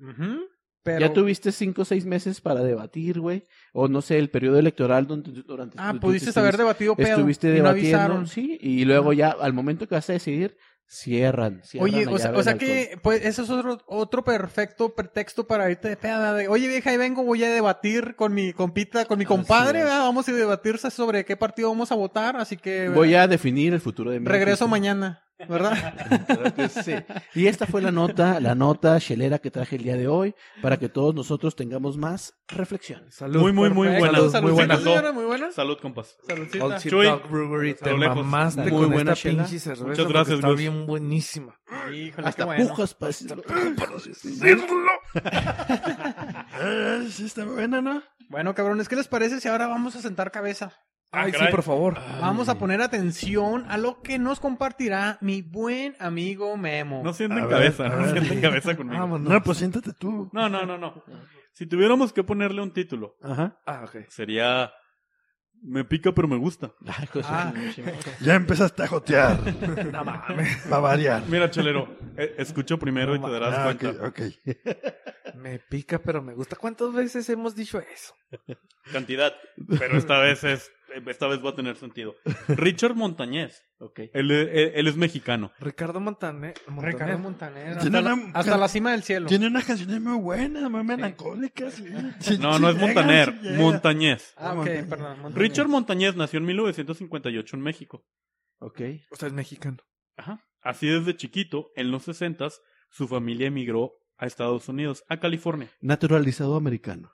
[SPEAKER 2] Ujú, Pero...
[SPEAKER 6] Ya tuviste cinco o seis meses para debatir, güey. O no sé, el periodo electoral donde durante...
[SPEAKER 2] Ah,
[SPEAKER 6] du-
[SPEAKER 2] pudiste
[SPEAKER 6] du-
[SPEAKER 2] haber debatido pedo.
[SPEAKER 6] Estuviste
[SPEAKER 2] y no
[SPEAKER 6] debatiendo,
[SPEAKER 2] avisaron.
[SPEAKER 6] sí. Y luego ya, al momento que vas a decidir, cierran. cierran
[SPEAKER 2] Oye,
[SPEAKER 6] la
[SPEAKER 2] o sea,
[SPEAKER 6] llave
[SPEAKER 2] o sea
[SPEAKER 6] del
[SPEAKER 2] que pues, eso es otro, otro perfecto pretexto para irte de peda. de, Oye, vieja, ahí vengo, voy a debatir con mi compita, con mi
[SPEAKER 6] Así
[SPEAKER 2] compadre.
[SPEAKER 6] es.
[SPEAKER 2] ¿verdad? Vamos a debatirse sobre qué partido vamos a votar. Así que
[SPEAKER 6] alcohol. Voy a definir el futuro de México.
[SPEAKER 2] eh, regreso mañana, ¿verdad?
[SPEAKER 6] Claro que sí. Y esta fue la nota, la nota chelera que traje el día de hoy para que todos nosotros tengamos más reflexiones.
[SPEAKER 5] Salud.
[SPEAKER 4] Muy, muy, muy
[SPEAKER 5] Perfecto.
[SPEAKER 4] buena.
[SPEAKER 5] Salud,
[SPEAKER 4] Muy buena.
[SPEAKER 2] Salud, señora, muy buena.
[SPEAKER 4] Salud, compas.
[SPEAKER 2] Saludcita.
[SPEAKER 5] Old Chip
[SPEAKER 4] Chuy.
[SPEAKER 5] Dog Brewery, te
[SPEAKER 4] Lo lejos.
[SPEAKER 6] Muy
[SPEAKER 5] mamaste con
[SPEAKER 6] buena
[SPEAKER 5] esta
[SPEAKER 6] chela.
[SPEAKER 5] pinche cerveza
[SPEAKER 4] Muchas
[SPEAKER 5] porque
[SPEAKER 4] gracias,
[SPEAKER 5] está
[SPEAKER 4] Luis.
[SPEAKER 5] bien buenísima.
[SPEAKER 2] Híjole,
[SPEAKER 6] Hasta
[SPEAKER 2] qué bueno.
[SPEAKER 6] pujas para decirlo.
[SPEAKER 1] Ah, sí, está buena, ¿no?
[SPEAKER 2] Bueno, cabrones, ¿qué les parece si ahora vamos a sentar cabeza?
[SPEAKER 4] Ah,
[SPEAKER 5] Ay, sí,
[SPEAKER 4] caray.
[SPEAKER 5] por favor.
[SPEAKER 2] Vamos a poner atención a lo que nos compartirá mi buen amigo Memo.
[SPEAKER 4] No
[SPEAKER 1] A
[SPEAKER 4] sienten
[SPEAKER 1] ver,
[SPEAKER 4] cabeza,
[SPEAKER 1] a
[SPEAKER 4] no
[SPEAKER 1] ver.
[SPEAKER 4] sienten cabeza conmigo.
[SPEAKER 5] Vámonos.
[SPEAKER 1] No, pues siéntate tú.
[SPEAKER 4] No, no, no, no. Si tuviéramos que ponerle un título,
[SPEAKER 6] Ajá.
[SPEAKER 5] Ah, ok.
[SPEAKER 4] sería Me pica pero me gusta.
[SPEAKER 6] Ay, cosa
[SPEAKER 2] Ah.
[SPEAKER 1] Ya empezaste a jotear. no mames. Va a variar.
[SPEAKER 4] Mira, chelero, eh, escucho primero y te darás
[SPEAKER 1] Ah,
[SPEAKER 4] cuenta.
[SPEAKER 1] ok, ok.
[SPEAKER 5] Me pica, pero me gusta. ¿Cuántas veces hemos dicho eso?
[SPEAKER 4] Cantidad, pero esta vez es eh, esta vez va a tener sentido. Richard Montañez.
[SPEAKER 6] Ok.
[SPEAKER 4] Él, eh, él- él es mexicano.
[SPEAKER 5] Ricardo Montane. Montaner.
[SPEAKER 2] Ricardo Montaner.
[SPEAKER 1] Tiene
[SPEAKER 2] Hasta, la,
[SPEAKER 1] una-
[SPEAKER 2] hasta la cima del cielo.
[SPEAKER 1] Tiene unas canciones muy buenas, muy melancólicas. sí. Sí,
[SPEAKER 4] No,
[SPEAKER 1] sí
[SPEAKER 4] no es
[SPEAKER 1] llega,
[SPEAKER 4] Montaner,
[SPEAKER 1] sí llega.
[SPEAKER 4] Montañez.
[SPEAKER 2] Ah, ok,
[SPEAKER 1] Montañez.
[SPEAKER 2] perdón. Montañez.
[SPEAKER 4] Richard Montañez nació en 1958 en México.
[SPEAKER 6] Ok.
[SPEAKER 5] O sea, es mexicano.
[SPEAKER 4] Ajá. Así desde chiquito, en los 60 su familia emigró a Estados Unidos, a California.
[SPEAKER 6] Naturalizado americano.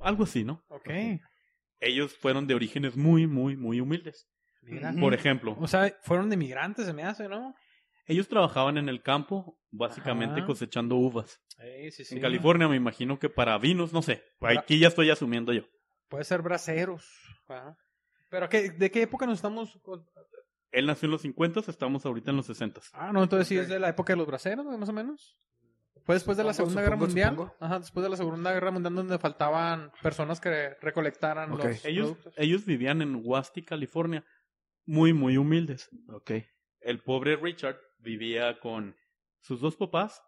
[SPEAKER 4] Algo así, ¿no?
[SPEAKER 2] Ok.
[SPEAKER 4] Ellos fueron de orígenes muy, muy, muy humildes.
[SPEAKER 2] Mira.
[SPEAKER 4] Por ejemplo,
[SPEAKER 2] O sea, fueron de migrantes, se me hace, ¿no?
[SPEAKER 4] ellos trabajaban en el campo, básicamente
[SPEAKER 2] Ajá.
[SPEAKER 4] cosechando uvas.
[SPEAKER 2] Sí, sí, sí.
[SPEAKER 4] En California me imagino que para vinos, no sé.
[SPEAKER 2] Para-
[SPEAKER 4] Aquí ya estoy asumiendo yo.
[SPEAKER 2] Puede ser braceros. Ajá. Pero ¿qué, ¿de qué época nos estamos...?
[SPEAKER 4] Él nació en los 50, estamos ahorita en los 60.
[SPEAKER 2] Ah, no, entonces sí es de la época de los braceros, güey, más o menos. Fue después de la
[SPEAKER 5] Supongo,
[SPEAKER 2] Segunda Guerra
[SPEAKER 5] supongo,
[SPEAKER 2] Mundial.
[SPEAKER 5] supongo.
[SPEAKER 2] Ajá, después de la Segunda Guerra Mundial donde faltaban personas que recolectaran
[SPEAKER 5] Ok.
[SPEAKER 2] los
[SPEAKER 4] Ellos,
[SPEAKER 2] productos.
[SPEAKER 4] ellos vivían en Wasti, California, muy, muy humildes.
[SPEAKER 6] Ok.
[SPEAKER 4] El pobre Richard vivía con sus dos papás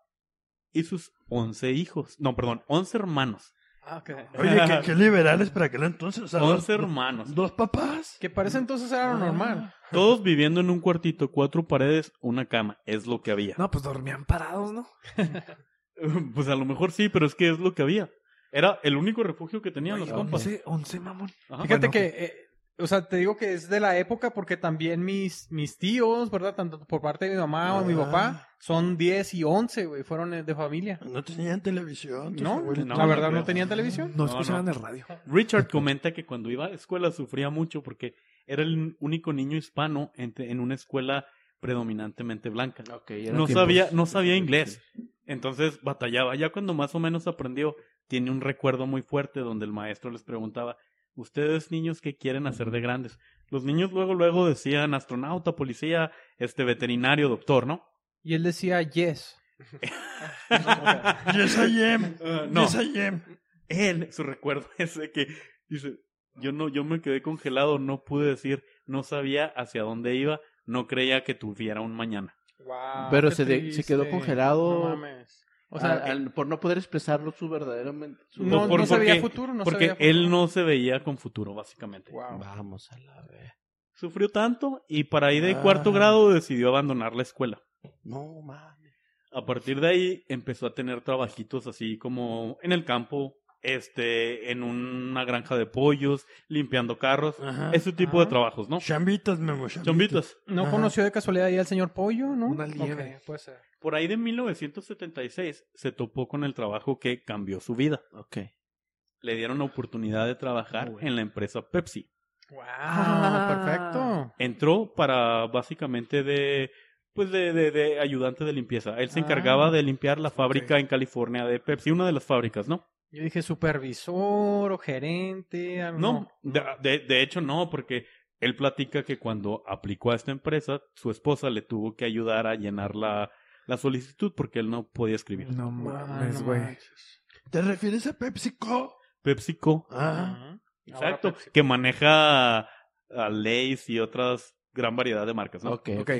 [SPEAKER 4] y sus 11 hijos. No, perdón, 11 hermanos.
[SPEAKER 2] Ah, ok.
[SPEAKER 1] Oye, qué, qué liberales para aquel entonces. o sea, dos,
[SPEAKER 4] 11 hermanos.
[SPEAKER 1] dos papás.
[SPEAKER 2] Que parece entonces era lo
[SPEAKER 4] Ah,
[SPEAKER 2] normal.
[SPEAKER 4] Todos viviendo en un cuartito, cuatro paredes, una cama. Es lo que había.
[SPEAKER 5] No, pues dormían parados, ¿no?
[SPEAKER 4] Pues a lo mejor sí, pero es que es lo que había. Era el único refugio que tenían los
[SPEAKER 5] Oye,
[SPEAKER 4] compas.
[SPEAKER 5] 11, 11, Pues mamón.
[SPEAKER 4] Ajá.
[SPEAKER 2] Fíjate
[SPEAKER 5] bueno,
[SPEAKER 2] que, eh, o sea, te digo que es de la época porque también mis, mis tíos, ¿verdad? Tanto por parte de mi mamá o mi
[SPEAKER 4] Ah.
[SPEAKER 2] papá, son 10 y 11, güey, fueron eh, de familia.
[SPEAKER 1] No tenían televisión. tus
[SPEAKER 2] No,
[SPEAKER 1] abuelitos.
[SPEAKER 2] la verdad
[SPEAKER 4] no
[SPEAKER 2] no
[SPEAKER 4] creo.
[SPEAKER 2] tenían televisión.
[SPEAKER 5] No,
[SPEAKER 4] No,
[SPEAKER 5] escuchaban el radio.
[SPEAKER 4] Richard comenta que cuando iba a escuela sufría mucho porque era el único niño hispano en, en una escuela predominantemente blanca.
[SPEAKER 6] okay
[SPEAKER 4] No sabía, no sabía inglés. Entonces batallaba. Ya cuando más o menos aprendió, tiene un recuerdo muy fuerte donde el maestro les preguntaba, ¿ustedes niños qué quieren hacer de grandes? Los niños luego, luego decían astronauta, policía, este veterinario, doctor, ¿no?
[SPEAKER 2] Y él decía, yes.
[SPEAKER 1] Yes, I am.
[SPEAKER 4] no.
[SPEAKER 1] Yes, I am.
[SPEAKER 4] Él, su recuerdo es de que dice, yo no, yo me quedé congelado, no pude decir, no sabía hacia dónde iba, no creía que tuviera un mañana.
[SPEAKER 2] Wow,
[SPEAKER 6] Pero se, de- se quedó
[SPEAKER 2] No
[SPEAKER 6] congelado
[SPEAKER 2] mames. O sea,
[SPEAKER 6] al- al- por no poder expresarlo su verdaderamente. su-
[SPEAKER 2] no,
[SPEAKER 4] por-
[SPEAKER 2] no sabía
[SPEAKER 4] porque-
[SPEAKER 2] futuro, no
[SPEAKER 4] porque
[SPEAKER 2] sabía futuro.
[SPEAKER 4] él no se veía con futuro, básicamente.
[SPEAKER 2] Wow.
[SPEAKER 6] Vamos a la vez.
[SPEAKER 4] Sufrió tanto y para ahí de cuarto
[SPEAKER 6] Ah.
[SPEAKER 4] grado decidió abandonar la escuela.
[SPEAKER 6] No mames.
[SPEAKER 4] A partir de ahí empezó a tener trabajitos así como en el campo, este, en una granja de pollos, limpiando carros,
[SPEAKER 2] Ah,
[SPEAKER 1] Ajá.
[SPEAKER 4] ese tipo
[SPEAKER 2] Ajá.
[SPEAKER 4] de trabajos, ¿no?
[SPEAKER 1] Chambitas, Memo. chambitas.
[SPEAKER 4] Chombitas.
[SPEAKER 2] ¿No
[SPEAKER 5] Ajá.
[SPEAKER 2] conoció de casualidad ahí al señor Pollo, no?
[SPEAKER 5] Una liebre.
[SPEAKER 2] Ok, puede ser.
[SPEAKER 4] Por ahí de 1976 se topó con el trabajo que cambió su vida.
[SPEAKER 6] Ok.
[SPEAKER 4] Le dieron la oportunidad de trabajar en la empresa Pepsi.
[SPEAKER 2] Wow,
[SPEAKER 5] Ah.
[SPEAKER 2] perfecto.
[SPEAKER 4] Entró para básicamente de pues de, de- de ayudante de limpieza. Él se
[SPEAKER 2] Ah.
[SPEAKER 4] encargaba de limpiar la fábrica en California de Pepsi, una de las fábricas, ¿no?
[SPEAKER 2] Yo dije supervisor o gerente. algo-
[SPEAKER 4] No, de, de- de hecho no, porque él platica que cuando aplicó a esta empresa, su esposa le tuvo que ayudar a llenar la, la solicitud porque él no podía escribir.
[SPEAKER 5] Ah, No
[SPEAKER 2] Wow,
[SPEAKER 5] mames,
[SPEAKER 2] ah, no
[SPEAKER 5] güey.
[SPEAKER 2] manches.
[SPEAKER 1] ¿Te refieres a PepsiCo?
[SPEAKER 4] PepsiCo
[SPEAKER 1] Ah,
[SPEAKER 2] Ajá. Ahora pues
[SPEAKER 4] Exacto,
[SPEAKER 2] Pepsi.
[SPEAKER 4] que maneja a Lays y otras gran variedad de marcas, ¿no?
[SPEAKER 6] Ok.
[SPEAKER 5] Ok.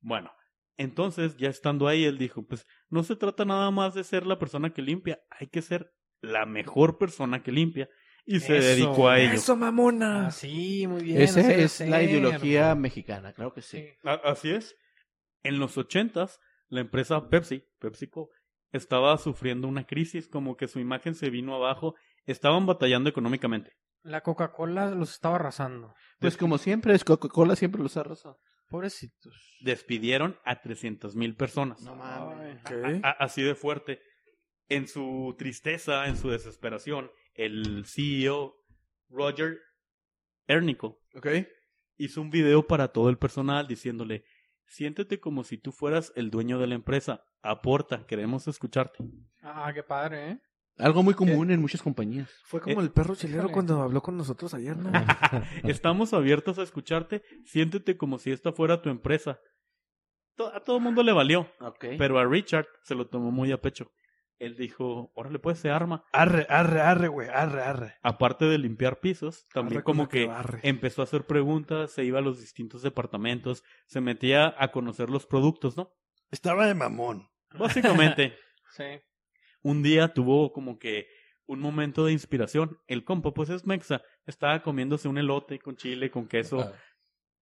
[SPEAKER 4] Bueno, entonces ya estando ahí, él dijo, pues no se trata nada más de ser la persona que limpia, hay que ser la mejor persona que limpia. Y se
[SPEAKER 2] Eso.
[SPEAKER 4] dedicó a ello.
[SPEAKER 5] Eso,
[SPEAKER 2] Ah,
[SPEAKER 5] mamona.
[SPEAKER 2] sí, muy bien.
[SPEAKER 6] Esa
[SPEAKER 2] así debe
[SPEAKER 6] es la
[SPEAKER 2] ser.
[SPEAKER 6] ideología mexicana, claro que sí.
[SPEAKER 2] Sí.
[SPEAKER 4] A- Así es. En los ochentas, la empresa Pepsi, PepsiCo, estaba sufriendo una crisis, como que su imagen se vino abajo, estaban batallando económicamente.
[SPEAKER 2] La Coca-Cola los estaba arrasando.
[SPEAKER 6] Pues como siempre, es Coca-Cola siempre los ha arrasado.
[SPEAKER 2] Pobrecitos.
[SPEAKER 4] Despidieron a 300 mil personas.
[SPEAKER 6] No mames.
[SPEAKER 5] Ok.
[SPEAKER 4] a- así de fuerte. En su tristeza, en su desesperación, el CEO Roger Ernico
[SPEAKER 5] Ok.
[SPEAKER 4] hizo un video para todo el personal diciéndole, siéntete como si tú fueras el dueño de la empresa, aporta, queremos escucharte.
[SPEAKER 2] Ah, qué padre, ¿eh?
[SPEAKER 6] Algo muy común en muchas compañías.
[SPEAKER 5] Fue como
[SPEAKER 4] Eh,
[SPEAKER 5] el perro chilero
[SPEAKER 2] híjole.
[SPEAKER 5] cuando habló con nosotros ayer, ¿no?
[SPEAKER 4] Estamos abiertos a escucharte, siéntete como si esta fuera tu empresa. To- A todo el mundo le valió,
[SPEAKER 6] Ok.
[SPEAKER 4] pero a Richard se lo tomó muy a pecho. Él dijo, órale, pues se arma.
[SPEAKER 1] arre, arre, arre, güey, arre, arre.
[SPEAKER 4] Aparte de limpiar pisos, también
[SPEAKER 5] Arre con
[SPEAKER 4] como
[SPEAKER 5] la que
[SPEAKER 4] que
[SPEAKER 5] barre.
[SPEAKER 4] empezó a hacer preguntas, se iba a los distintos departamentos, se metía a conocer los productos, ¿no?
[SPEAKER 1] Estaba de mamón.
[SPEAKER 4] Básicamente,
[SPEAKER 2] Sí.
[SPEAKER 4] un día tuvo como que un momento de inspiración. El compa, pues es mexa, estaba comiéndose un elote con chile, con queso,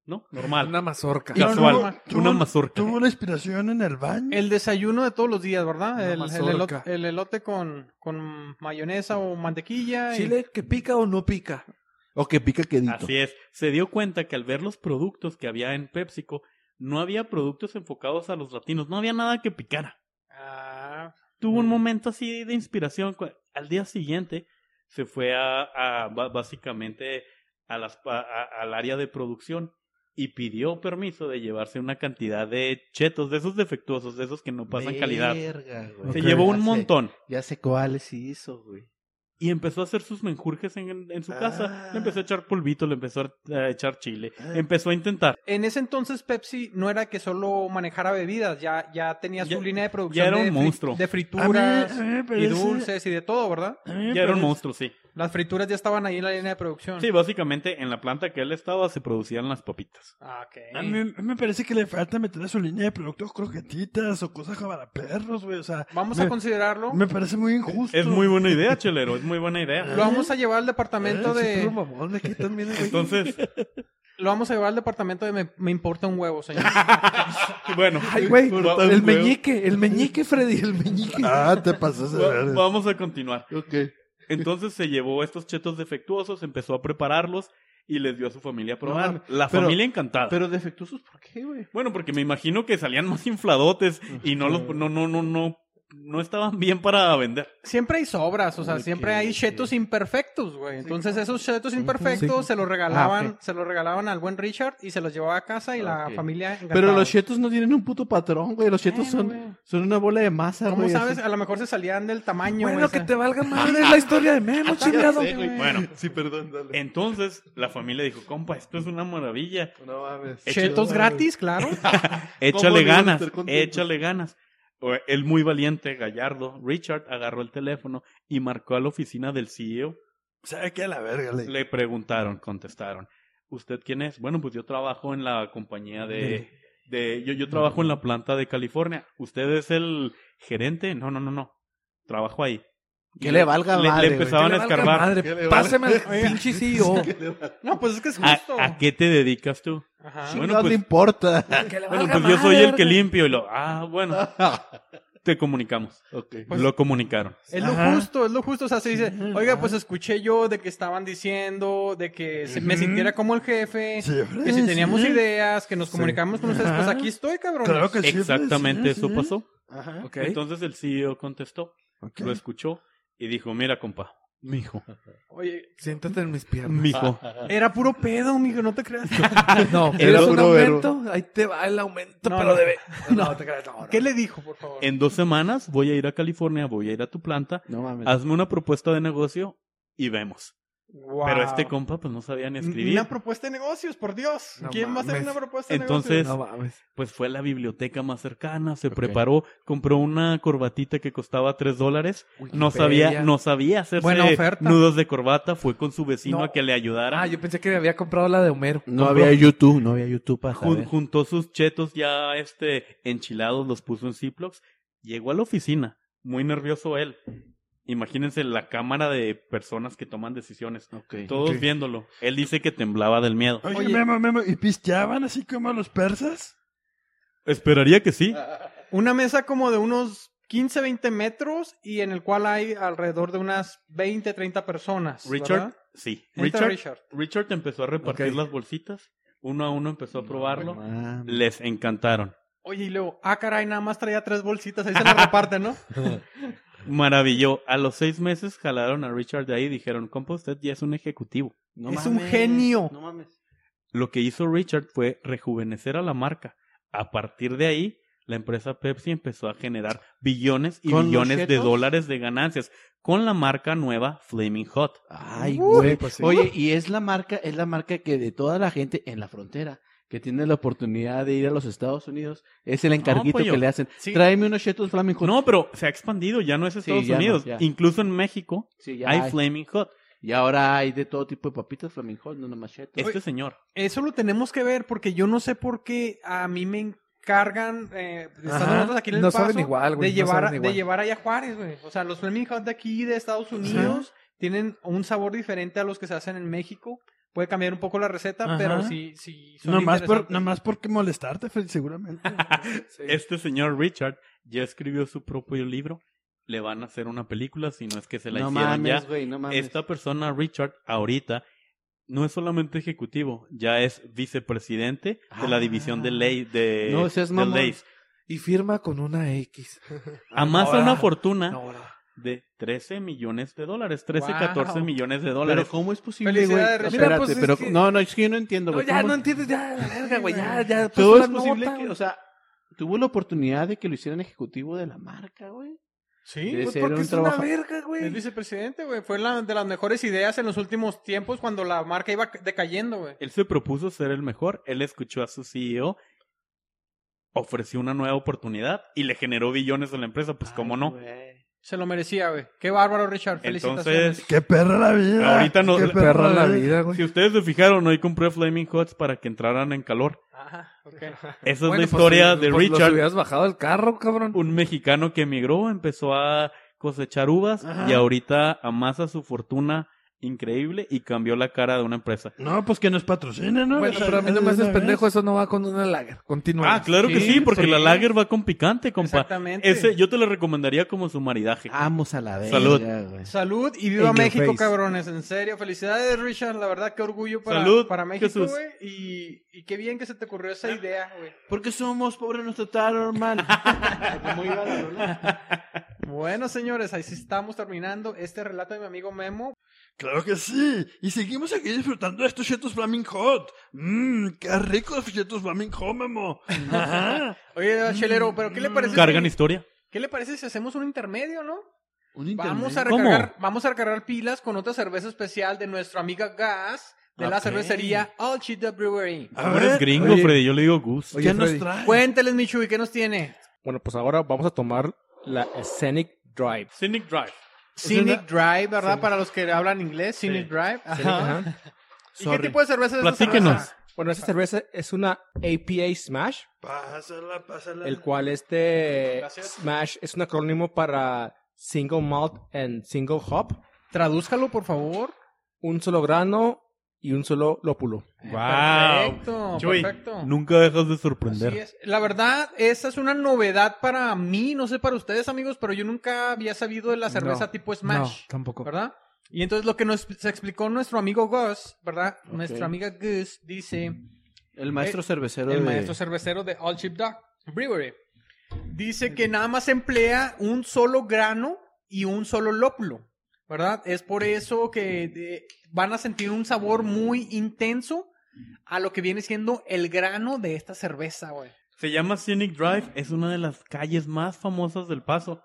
[SPEAKER 4] ¿no? Normal,
[SPEAKER 5] Una mazorca.
[SPEAKER 4] Y- Casual.
[SPEAKER 1] tuvo-
[SPEAKER 4] una mazorca.
[SPEAKER 1] Tuvo una inspiración en el baño.
[SPEAKER 2] El desayuno de todos los días, ¿verdad?
[SPEAKER 5] Una
[SPEAKER 2] El, el elote,
[SPEAKER 5] mazorca.
[SPEAKER 2] el elote con, con mayonesa o mantequilla. y-
[SPEAKER 5] Chile que pica o no pica.
[SPEAKER 6] O que pica quedito.
[SPEAKER 4] Así es. Se dio cuenta que al ver los productos que había en PepsiCo, no había productos enfocados a los latinos, no había nada que picara.
[SPEAKER 2] Ah,
[SPEAKER 4] Tuvo un
[SPEAKER 2] Mm.
[SPEAKER 4] momento así de inspiración. cu- Al día siguiente se fue a, a ba- básicamente a las, a- a- al área de producción y pidió permiso de llevarse una cantidad de chetos, de esos defectuosos, de esos que no pasan calidad.
[SPEAKER 6] Verga, güey.
[SPEAKER 4] Se
[SPEAKER 5] Ok.
[SPEAKER 4] llevó un
[SPEAKER 6] Ya sé-
[SPEAKER 4] montón
[SPEAKER 6] Ya sé cuáles hizo, güey.
[SPEAKER 4] y empezó a hacer sus menjurjes en, en su casa.
[SPEAKER 6] Ah.
[SPEAKER 4] Le empezó a echar polvito, le empezó a a echar chile,
[SPEAKER 6] Ah.
[SPEAKER 4] empezó a intentar.
[SPEAKER 2] En ese entonces Pepsi no era que solo manejara bebidas, ya, ya tenía su
[SPEAKER 4] Ya-
[SPEAKER 2] línea de producción
[SPEAKER 4] ya era
[SPEAKER 2] de,
[SPEAKER 4] un
[SPEAKER 2] fri-
[SPEAKER 4] monstruo.
[SPEAKER 2] de
[SPEAKER 1] A mí-
[SPEAKER 2] frituras
[SPEAKER 1] a mí me
[SPEAKER 2] y
[SPEAKER 1] parece-
[SPEAKER 2] dulces y de todo, ¿verdad?
[SPEAKER 1] a mí me
[SPEAKER 4] Ya era un
[SPEAKER 1] parece-
[SPEAKER 4] monstruo, sí.
[SPEAKER 2] Las frituras ya estaban ahí en la línea de producción.
[SPEAKER 4] Sí, básicamente en la planta que él estaba se producían las papitas.
[SPEAKER 2] Ah, ok.
[SPEAKER 1] A mí, a mí me parece que le falta meter a su línea de productos croquetitas o cosas para perros, güey. O sea,
[SPEAKER 2] Vamos a
[SPEAKER 1] me-
[SPEAKER 2] considerarlo.
[SPEAKER 1] me parece muy injusto.
[SPEAKER 4] Es muy buena idea, chelero, es muy buena idea.
[SPEAKER 2] Lo vamos a llevar al departamento
[SPEAKER 1] Eh, sí,
[SPEAKER 2] de...
[SPEAKER 1] puro mamón, aquí también hay-
[SPEAKER 4] Entonces,
[SPEAKER 2] Lo vamos a llevar al departamento de me, me importa un huevo, señor.
[SPEAKER 4] bueno,
[SPEAKER 5] Ay, güey.
[SPEAKER 4] corta un
[SPEAKER 5] El
[SPEAKER 4] huevo.
[SPEAKER 5] meñique, el meñique, Freddy, el meñique.
[SPEAKER 1] Ah, te pasas de
[SPEAKER 4] Va-
[SPEAKER 1] ver.
[SPEAKER 4] vamos a continuar.
[SPEAKER 6] Ok.
[SPEAKER 4] Entonces se llevó estos chetos defectuosos, empezó a prepararlos y les dio a su familia a probar.
[SPEAKER 6] mames,
[SPEAKER 4] la
[SPEAKER 6] pero-
[SPEAKER 4] familia encantada.
[SPEAKER 6] Pero defectuosos, ¿por qué, güey?
[SPEAKER 4] Bueno, porque me imagino que salían más infladotes y no los no no no no no estaban bien para vender.
[SPEAKER 2] Siempre hay sobras, o sea,
[SPEAKER 6] Ok,
[SPEAKER 2] siempre hay
[SPEAKER 6] ok.
[SPEAKER 2] chetos imperfectos, güey. Entonces esos chetos imperfectos se los regalaban,
[SPEAKER 6] Ah, ok.
[SPEAKER 2] se los regalaban al buen Richard y se los llevaba a casa y la
[SPEAKER 6] Ok.
[SPEAKER 2] familia
[SPEAKER 6] Pero
[SPEAKER 2] encantados.
[SPEAKER 6] los chetos no tienen un puto patrón, güey. Los chetos
[SPEAKER 2] Bueno, güey.
[SPEAKER 6] son, son una bola de masa,
[SPEAKER 2] ¿Cómo
[SPEAKER 6] güey,
[SPEAKER 2] sabes?
[SPEAKER 6] así.
[SPEAKER 2] A lo mejor se salían del tamaño.
[SPEAKER 5] Bueno,
[SPEAKER 2] güey,
[SPEAKER 5] que
[SPEAKER 2] o
[SPEAKER 5] te valga madre es la historia de Memo, chingado.
[SPEAKER 6] sé, güey.
[SPEAKER 4] Bueno,
[SPEAKER 6] Sí, perdón, dale.
[SPEAKER 4] entonces la familia dijo, "Compa, esto es una maravilla.
[SPEAKER 6] No mames.
[SPEAKER 2] sea, Chetos gratis, claro.
[SPEAKER 4] Échale
[SPEAKER 6] no iban a
[SPEAKER 4] ganas,
[SPEAKER 6] estar contentos?
[SPEAKER 4] échale ganas. O- El muy valiente Gallardo, Richard, agarró el teléfono y marcó a la oficina del E CEO.
[SPEAKER 1] ¿Sabe qué? A la verga, le.
[SPEAKER 4] Le preguntaron, contestaron. ¿Usted quién es? Bueno, pues yo trabajo en la compañía de... de yo, yo trabajo en la planta de California. ¿Usted es el gerente? No, no, no, no. Trabajo ahí.
[SPEAKER 6] Que le valga
[SPEAKER 4] Le-
[SPEAKER 6] madre,
[SPEAKER 4] Le
[SPEAKER 6] güey.
[SPEAKER 4] empezaban a
[SPEAKER 5] Que le valga
[SPEAKER 4] escarbar.
[SPEAKER 5] madre, Pásame el pinche CEO.
[SPEAKER 2] No, pues es que es
[SPEAKER 4] ¿A,
[SPEAKER 2] justo.
[SPEAKER 4] a qué te dedicas tú?
[SPEAKER 2] Ajá.
[SPEAKER 4] Bueno,
[SPEAKER 6] no
[SPEAKER 4] pues-
[SPEAKER 6] le importa.
[SPEAKER 5] Que le
[SPEAKER 4] Bueno,
[SPEAKER 5] valga
[SPEAKER 4] pues yo soy
[SPEAKER 5] madre,
[SPEAKER 4] el que
[SPEAKER 5] verga.
[SPEAKER 4] limpio. Y lo, ah, bueno, te comunicamos.
[SPEAKER 6] ok.
[SPEAKER 2] Pues-
[SPEAKER 4] lo comunicaron.
[SPEAKER 2] Es lo
[SPEAKER 1] Ajá.
[SPEAKER 2] justo, es lo justo. O sea, se dice, oiga, pues escuché yo de que estaban diciendo, de que se- me
[SPEAKER 1] Ujú.
[SPEAKER 2] sintiera como el jefe,
[SPEAKER 1] Sí,
[SPEAKER 2] que si
[SPEAKER 1] sí.
[SPEAKER 2] teníamos ideas, que nos comunicamos con ustedes, pues
[SPEAKER 1] Ajá.
[SPEAKER 2] aquí estoy, cabrón.
[SPEAKER 1] Claro que sí, pues,
[SPEAKER 4] Exactamente
[SPEAKER 1] sí,
[SPEAKER 4] eso
[SPEAKER 1] sí.
[SPEAKER 4] pasó.
[SPEAKER 6] Ajá.
[SPEAKER 5] Ok.
[SPEAKER 4] Entonces el CEO contestó,
[SPEAKER 1] Ok.
[SPEAKER 4] lo escuchó y dijo, mira compa, mijo,
[SPEAKER 2] Oye,
[SPEAKER 5] Siéntate en mis piernas.
[SPEAKER 4] mijo,
[SPEAKER 2] era puro pedo, mijo, no te creas.
[SPEAKER 5] No,
[SPEAKER 4] Era
[SPEAKER 5] pero es un
[SPEAKER 6] puro verbo.
[SPEAKER 5] aumento. Ahí te va el aumento,
[SPEAKER 2] No,
[SPEAKER 5] pero
[SPEAKER 2] no.
[SPEAKER 5] de ve-
[SPEAKER 2] No, te creas. ¿Qué le dijo, por favor?
[SPEAKER 4] en dos semanas voy a ir a California, voy a ir a tu planta,
[SPEAKER 6] No mames.
[SPEAKER 4] hazme una propuesta de negocio y vemos.
[SPEAKER 2] Guau.
[SPEAKER 4] Pero este compa pues no sabía ni escribir.
[SPEAKER 2] Una propuesta de negocios, por Dios.
[SPEAKER 5] No
[SPEAKER 2] ¿Quién va a hacer
[SPEAKER 5] mames.
[SPEAKER 2] una propuesta de
[SPEAKER 4] Entonces,
[SPEAKER 2] negocios?
[SPEAKER 5] No mames.
[SPEAKER 4] Pues fue a la biblioteca más cercana, se
[SPEAKER 6] Ok.
[SPEAKER 4] preparó, compró una corbatita que costaba tres dólares, no
[SPEAKER 5] Wikipedia.
[SPEAKER 4] sabía, no sabía hacerse
[SPEAKER 2] Buena oferta.
[SPEAKER 4] nudos de corbata, fue con su vecino
[SPEAKER 5] No.
[SPEAKER 4] a que le ayudara.
[SPEAKER 5] Ah, yo pensé que me había comprado la de Homero.
[SPEAKER 6] No
[SPEAKER 5] Compró-
[SPEAKER 6] había YouTube, no había YouTube para
[SPEAKER 4] Jun-
[SPEAKER 6] saber.
[SPEAKER 4] juntó sus chetos ya este enchilados, los puso en Ziplocs, llegó a la oficina, muy nervioso él. Imagínense la cámara de personas que toman decisiones,
[SPEAKER 6] Ok.
[SPEAKER 4] todos
[SPEAKER 1] Ok.
[SPEAKER 4] viéndolo. Él dice que temblaba del miedo.
[SPEAKER 1] Oye,
[SPEAKER 2] Oye.
[SPEAKER 1] Memo, Memo, ¿y pisteaban así como los persas?
[SPEAKER 4] Esperaría que sí.
[SPEAKER 2] Una mesa como de unos 15, 20 metros y en el cual hay alrededor de unas 20, 30 personas.
[SPEAKER 4] Richard,
[SPEAKER 2] ¿verdad?
[SPEAKER 4] sí.
[SPEAKER 2] Entra
[SPEAKER 4] Richard,
[SPEAKER 2] Richard.
[SPEAKER 4] Richard empezó a repartir
[SPEAKER 5] Ok.
[SPEAKER 4] las bolsitas, uno a uno empezó a probarlo,
[SPEAKER 6] Mames.
[SPEAKER 4] les encantaron.
[SPEAKER 2] Oye, y luego, ah, caray, nada más traía tres bolsitas, ahí se las reparten, ¿no?
[SPEAKER 4] Maravilló. A los seis meses jalaron a Richard de ahí y dijeron, compa, usted ya es un ejecutivo.
[SPEAKER 6] No
[SPEAKER 2] Es un
[SPEAKER 6] mames,
[SPEAKER 2] genio.
[SPEAKER 6] No mames.
[SPEAKER 4] Lo que hizo Richard fue rejuvenecer a la marca. A partir de ahí, la empresa Pepsi empezó a generar billones y
[SPEAKER 6] ¿Con los
[SPEAKER 4] billones de
[SPEAKER 6] chetos?
[SPEAKER 4] dólares de ganancias con la marca nueva Flaming Hot.
[SPEAKER 6] Ay,
[SPEAKER 2] Uy,
[SPEAKER 6] güey.
[SPEAKER 5] pues sí.
[SPEAKER 6] Oye, y es la marca, es la marca que de toda la gente en la frontera que tiene la oportunidad de ir a los Estados Unidos, es el encarguito
[SPEAKER 4] pollo.
[SPEAKER 6] que le hacen.
[SPEAKER 2] Sí.
[SPEAKER 6] Tráeme unos chetos flamencos.
[SPEAKER 4] No, pero se ha expandido, ya no es Estados
[SPEAKER 6] ya no,
[SPEAKER 4] Unidos.
[SPEAKER 6] ya.
[SPEAKER 4] Incluso en México
[SPEAKER 6] Sí, ya
[SPEAKER 4] hay
[SPEAKER 6] hay.
[SPEAKER 4] Flaming Hot.
[SPEAKER 6] Y ahora hay de todo tipo de papitas flamencos, no nomás chetos.
[SPEAKER 4] Este señor.
[SPEAKER 2] Eso lo tenemos que ver porque yo no sé por qué a mí me cargan, eh, están
[SPEAKER 5] Ajá.
[SPEAKER 2] nosotros aquí en el
[SPEAKER 5] No
[SPEAKER 2] paso,
[SPEAKER 5] saben igual, güey,
[SPEAKER 2] de,
[SPEAKER 5] no
[SPEAKER 2] llevar, a-
[SPEAKER 5] saben igual.
[SPEAKER 2] de llevar allá a Juárez, güey. O sea, los Flaming Hot de aquí, de Estados Unidos, tienen un sabor diferente a los que se hacen en México. Puede cambiar un poco la receta,
[SPEAKER 1] Ajá.
[SPEAKER 2] pero sí, sí son
[SPEAKER 1] Nomás por,
[SPEAKER 2] interesantes.
[SPEAKER 1] nomás porque molestarte, Freddy, seguramente.
[SPEAKER 4] Este señor Richard ya escribió su propio libro. Le van a hacer una película, si no es que se la
[SPEAKER 6] no
[SPEAKER 4] hicieron ya.
[SPEAKER 6] mames, güey, no mames.
[SPEAKER 4] Esta persona, Richard, ahorita no es solamente ejecutivo, ya es vicepresidente de la
[SPEAKER 6] Ah.
[SPEAKER 4] división de ley de,
[SPEAKER 6] No seas
[SPEAKER 4] de
[SPEAKER 6] mamón.
[SPEAKER 4] leyes.
[SPEAKER 5] Y firma con una X.
[SPEAKER 4] Amasa
[SPEAKER 5] Ahora,
[SPEAKER 4] una fortuna
[SPEAKER 5] ahora.
[SPEAKER 4] de 13 millones de dólares, 13,
[SPEAKER 2] Wow.
[SPEAKER 4] 14 millones de dólares.
[SPEAKER 6] Pero ¿cómo es posible, güey?
[SPEAKER 2] Felicidades, Richard.
[SPEAKER 6] Espérate,
[SPEAKER 5] Mira, pues, es
[SPEAKER 6] pero
[SPEAKER 5] que-
[SPEAKER 6] no, no, es que yo no entiendo,
[SPEAKER 5] No,
[SPEAKER 6] güey.
[SPEAKER 5] ya
[SPEAKER 6] ¿Cómo-
[SPEAKER 5] no entiendes, ya, la verga, güey, ya, ya.
[SPEAKER 6] Todo
[SPEAKER 5] pasó
[SPEAKER 6] es
[SPEAKER 5] la
[SPEAKER 6] posible
[SPEAKER 5] nota,
[SPEAKER 6] que,
[SPEAKER 5] güey.
[SPEAKER 6] o sea, tuvo la oportunidad de que lo hicieran ejecutivo de la marca, güey.
[SPEAKER 2] Sí,
[SPEAKER 6] de
[SPEAKER 5] Pues
[SPEAKER 6] ser
[SPEAKER 5] porque
[SPEAKER 6] un
[SPEAKER 5] es
[SPEAKER 6] trabajo-
[SPEAKER 5] una verga,
[SPEAKER 2] es
[SPEAKER 5] güey.
[SPEAKER 2] vicepresidente, güey. Fue la, de las mejores ideas en los últimos tiempos cuando la marca iba decayendo, güey.
[SPEAKER 4] Él se propuso ser el mejor, él escuchó a su CEO, ofreció una nueva oportunidad y le generó billones a la empresa, pues cómo
[SPEAKER 6] Ay,
[SPEAKER 4] no.
[SPEAKER 6] güey.
[SPEAKER 2] Se lo merecía, güey. Qué bárbaro, Richard. Felicitaciones.
[SPEAKER 4] Entonces,
[SPEAKER 1] ¡Qué perra la vida!
[SPEAKER 4] Ahorita no-
[SPEAKER 1] ¡Qué
[SPEAKER 5] Perra la vida,
[SPEAKER 4] si
[SPEAKER 5] güey.
[SPEAKER 4] ustedes se fijaron, hoy compré Flaming Hots para que entraran en calor.
[SPEAKER 2] Ajá, ok.
[SPEAKER 4] Esa
[SPEAKER 5] Bueno,
[SPEAKER 4] es
[SPEAKER 5] pues,
[SPEAKER 4] la historia
[SPEAKER 5] pues,
[SPEAKER 4] de
[SPEAKER 5] pues,
[SPEAKER 4] Richard.
[SPEAKER 5] Los hubieras bajado al carro, cabrón.
[SPEAKER 4] un mexicano que emigró, empezó a cosechar uvas
[SPEAKER 1] Ajá.
[SPEAKER 4] y ahorita amasa su fortuna increíble y cambió la cara de una empresa.
[SPEAKER 1] No, pues que nos patrocinen, ¿no?
[SPEAKER 5] Bueno,
[SPEAKER 1] O sea,
[SPEAKER 5] pero a mí no me
[SPEAKER 1] de
[SPEAKER 5] haces
[SPEAKER 1] una
[SPEAKER 5] pendejo, eso no va con una lager. Continúa.
[SPEAKER 4] Ah, claro que
[SPEAKER 2] sí,
[SPEAKER 4] sí, porque
[SPEAKER 2] sí.
[SPEAKER 4] la lager va con picante, compa.
[SPEAKER 2] Exactamente.
[SPEAKER 4] Ese yo te lo recomendaría como su maridaje.
[SPEAKER 3] Ah,
[SPEAKER 6] Vamos a la vez.
[SPEAKER 4] Salud.
[SPEAKER 2] Salud y viva
[SPEAKER 3] In your
[SPEAKER 2] México,
[SPEAKER 3] face.
[SPEAKER 2] cabrones. En serio, felicidades, Richard. La verdad, qué orgullo para,
[SPEAKER 4] Salud,
[SPEAKER 2] para México,
[SPEAKER 4] Jesús.
[SPEAKER 2] güey. Y, y qué bien que se te ocurrió esa idea, güey.
[SPEAKER 6] Porque somos pobres, nos trataron mal. ¿Cómo iba la rola?
[SPEAKER 2] Bueno, señores, ahí sí estamos terminando este relato de mi amigo Memo.
[SPEAKER 1] Claro que sí. Y seguimos aquí disfrutando de estos chetos Flaming Hot. Mmm, qué ricos chetos Flaming Hot, Memo. Ajá.
[SPEAKER 2] Oye, Chelero, ¿pero qué le parece?
[SPEAKER 4] Cargan
[SPEAKER 2] si,
[SPEAKER 4] historia.
[SPEAKER 2] ¿Qué le parece si hacemos un intermedio, no?
[SPEAKER 6] Un internet.
[SPEAKER 2] Vamos a
[SPEAKER 4] ¿Cómo?
[SPEAKER 2] recargar, vamos a recargar pilas con otra cerveza especial de nuestra amiga Gas de la
[SPEAKER 1] Ok.
[SPEAKER 2] cervecería All Cheetah Brewery.
[SPEAKER 1] A
[SPEAKER 4] Tú eres
[SPEAKER 1] ver,
[SPEAKER 4] gringo,
[SPEAKER 5] oye.
[SPEAKER 4] Freddy. Yo le digo Gus.
[SPEAKER 5] Oye,
[SPEAKER 1] ¿Qué nos
[SPEAKER 5] Freddy.
[SPEAKER 1] trae?
[SPEAKER 2] Cuénteles, Michu, ¿y qué nos tiene?
[SPEAKER 3] Bueno, pues ahora vamos a tomar la Scenic Drive.
[SPEAKER 4] Scenic Drive.
[SPEAKER 2] Scenic Drive, ¿verdad? Para los que hablan inglés, Scenic
[SPEAKER 4] Sí.
[SPEAKER 2] Drive. Ajá.
[SPEAKER 3] Ajá.
[SPEAKER 2] ¿Y qué tipo de cerveza es esta
[SPEAKER 4] Platíquenos.
[SPEAKER 2] cerveza?
[SPEAKER 3] Bueno, esta cerveza es una APA Smash,
[SPEAKER 1] Pásala, pásala.
[SPEAKER 3] el cual este
[SPEAKER 2] Gracias.
[SPEAKER 3] Smash es un acrónimo para Single Malt and Single Hop,
[SPEAKER 2] Tradúzcalo, por favor.
[SPEAKER 3] un solo grano y un solo lópulo.
[SPEAKER 4] Wow.
[SPEAKER 2] Eh, Perfecto,
[SPEAKER 4] Chuy,
[SPEAKER 2] perfecto.
[SPEAKER 4] Nunca dejas de
[SPEAKER 2] Así
[SPEAKER 4] sorprender.
[SPEAKER 2] es. La verdad, esa es una novedad para mí, no sé para ustedes, amigos, pero yo nunca había sabido de la cerveza
[SPEAKER 5] No,
[SPEAKER 2] tipo
[SPEAKER 5] No,
[SPEAKER 2] Smash,
[SPEAKER 5] tampoco.
[SPEAKER 2] ¿verdad? Y entonces lo que nos se explicó nuestro amigo Gus, ¿verdad? Nuestra amiga Gus dice,
[SPEAKER 6] El maestro
[SPEAKER 2] Eh,
[SPEAKER 6] cervecero.
[SPEAKER 2] el
[SPEAKER 6] de-
[SPEAKER 2] maestro cervecero de All Chip Dog Brewery, dice que nada más emplea un solo grano y un solo lópulo, ¿verdad? Es por eso que de- van a sentir un sabor muy intenso a lo que viene siendo el grano de esta cerveza, güey.
[SPEAKER 4] Se llama Scenic Drive, es una de las calles más famosas del Paso.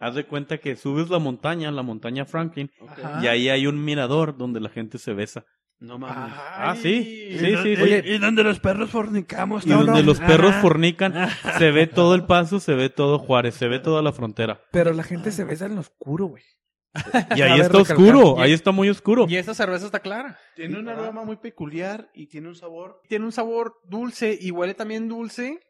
[SPEAKER 4] Haz de cuenta que subes la montaña, la montaña Franklin,
[SPEAKER 2] Ajá.
[SPEAKER 4] y ahí hay un mirador donde la gente se besa.
[SPEAKER 6] No mames.
[SPEAKER 4] Ah, sí.
[SPEAKER 1] Y,
[SPEAKER 4] Sí,
[SPEAKER 1] do-
[SPEAKER 4] sí,
[SPEAKER 1] y-
[SPEAKER 4] oye.
[SPEAKER 1] y donde los perros fornicamos.
[SPEAKER 4] Y donde
[SPEAKER 1] cabrón.
[SPEAKER 4] los perros
[SPEAKER 2] Ah.
[SPEAKER 1] Ajá.
[SPEAKER 4] fornican, se ve todo el paso, se ve todo Juárez, se ve toda la frontera.
[SPEAKER 5] Pero la gente se besa en lo oscuro, güey.
[SPEAKER 4] Y
[SPEAKER 5] A
[SPEAKER 4] ahí
[SPEAKER 5] ver,
[SPEAKER 4] está
[SPEAKER 5] recalcar.
[SPEAKER 4] oscuro,
[SPEAKER 2] Y-
[SPEAKER 4] ahí está muy oscuro.
[SPEAKER 2] Y esta cerveza está clara.
[SPEAKER 6] Tiene un aroma muy peculiar y tiene un sabor.
[SPEAKER 2] Tiene un sabor dulce y huele también dulce.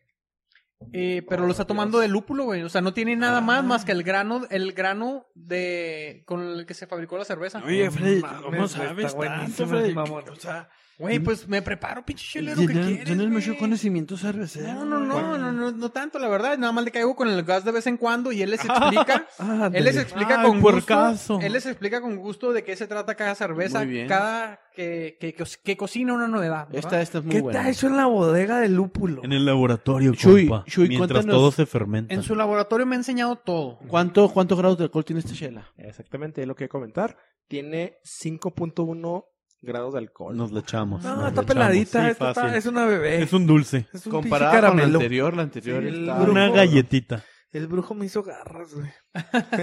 [SPEAKER 2] eh, pero
[SPEAKER 4] Oh,
[SPEAKER 2] lo está tomando de lúpulo, güey. O sea, no tiene nada
[SPEAKER 4] Ah.
[SPEAKER 2] más más que el grano, el grano de con el que se fabricó la cerveza.
[SPEAKER 1] Oye, Freddy,
[SPEAKER 5] mames,
[SPEAKER 1] ¿cómo
[SPEAKER 5] güey,
[SPEAKER 1] sabes
[SPEAKER 5] está
[SPEAKER 1] tanto,
[SPEAKER 5] buenísimo,
[SPEAKER 1] Freddy?
[SPEAKER 5] mamón.
[SPEAKER 1] O sea,
[SPEAKER 2] Güey, pues me preparo, pinche chelero, ¿qué
[SPEAKER 1] tienes,
[SPEAKER 2] quieres,
[SPEAKER 1] tienes
[SPEAKER 2] güey?
[SPEAKER 1] mucho conocimiento cervecero.
[SPEAKER 2] No, no, no, no, no, no tanto, la verdad. Nada más le caigo con el gas de vez en cuando y él les explica.
[SPEAKER 5] Ah,
[SPEAKER 2] Él les explica
[SPEAKER 4] Ah,
[SPEAKER 2] con gusto.
[SPEAKER 4] puercazo.
[SPEAKER 2] Él les explica con gusto de qué se trata cada cerveza,
[SPEAKER 6] Muy bien.
[SPEAKER 2] cada que, que, que, que cocina una novedad. ¿verdad?
[SPEAKER 6] Esta, esta es muy
[SPEAKER 5] ¿Qué te
[SPEAKER 6] buena.
[SPEAKER 5] ha hecho en la bodega del lúpulo?
[SPEAKER 4] En el laboratorio,
[SPEAKER 6] Chuy,
[SPEAKER 4] compa,
[SPEAKER 6] Chuy,
[SPEAKER 4] mientras
[SPEAKER 6] cuéntanos.
[SPEAKER 4] todo se fermenta.
[SPEAKER 2] En su laboratorio me ha enseñado todo.
[SPEAKER 6] ¿Cuánto, ¿Cuántos grados de alcohol tiene esta chela?
[SPEAKER 3] Exactamente, es lo que voy a comentar. Tiene 5.1 grados de alcohol.
[SPEAKER 4] Nos la echamos.
[SPEAKER 5] No,
[SPEAKER 4] nos la
[SPEAKER 5] está
[SPEAKER 4] echamos.
[SPEAKER 5] peladita.
[SPEAKER 4] Sí,
[SPEAKER 5] esta está-
[SPEAKER 4] fácil.
[SPEAKER 5] es una bebé.
[SPEAKER 4] Es un dulce,
[SPEAKER 5] Es un pinche
[SPEAKER 6] Comparada con la
[SPEAKER 5] caramelo.
[SPEAKER 6] anterior, la anterior
[SPEAKER 5] Sí, el
[SPEAKER 6] está-
[SPEAKER 2] Ah,
[SPEAKER 5] grupo-
[SPEAKER 4] una
[SPEAKER 5] brujo.
[SPEAKER 4] galletita.
[SPEAKER 5] El brujo me hizo garras, güey.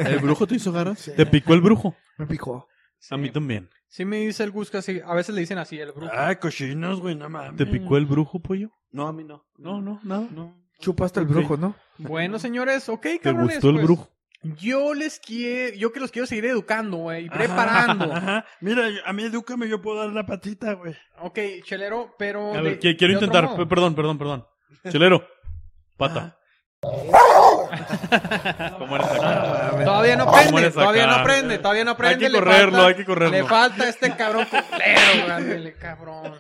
[SPEAKER 6] ¿El brujo te hizo garras?
[SPEAKER 4] ¿Te picó el brujo?
[SPEAKER 5] Me picó.
[SPEAKER 4] A mí también.
[SPEAKER 2] Sí me dice el Gusca, sí. A veces le dicen así, el
[SPEAKER 4] Ah.
[SPEAKER 2] brujo.
[SPEAKER 1] Ay, cochinos, güey, no mames.
[SPEAKER 4] ¿Te picó el brujo, pollo?
[SPEAKER 6] No, a mí no.
[SPEAKER 4] No, no, nada.
[SPEAKER 6] No.
[SPEAKER 5] Chupaste el brujo, ¿no?
[SPEAKER 2] Bueno, señores, ok,
[SPEAKER 4] ¿Te
[SPEAKER 2] cabrones.
[SPEAKER 4] gustó el
[SPEAKER 2] pues,
[SPEAKER 4] brujo?
[SPEAKER 2] Yo les quiero, yo que los quiero seguir educando, güey, y
[SPEAKER 4] Ah.
[SPEAKER 1] Ajá,
[SPEAKER 2] preparando.
[SPEAKER 1] Ajá. Mira, yo- a mí edúcame, yo puedo dar la patita, güey.
[SPEAKER 2] Ok, chelero, pero.
[SPEAKER 4] A
[SPEAKER 2] de-
[SPEAKER 4] ver, que- quiero
[SPEAKER 2] de otro
[SPEAKER 4] intentar.
[SPEAKER 2] modo.
[SPEAKER 4] Pe- Perdón, perdón, perdón. Chelero, Pata. ¿Cómo eres acá?
[SPEAKER 2] Todavía no
[SPEAKER 4] ¿Cómo
[SPEAKER 2] aprende,
[SPEAKER 4] eres
[SPEAKER 2] todavía no
[SPEAKER 4] Ah, acá?
[SPEAKER 2] aprende, todavía no
[SPEAKER 4] Hay
[SPEAKER 2] aprende.
[SPEAKER 4] que
[SPEAKER 2] le
[SPEAKER 4] correrlo,
[SPEAKER 2] falta-
[SPEAKER 4] hay que correrlo.
[SPEAKER 2] Le falta este cabrón culero, güey, ándele, cabrón.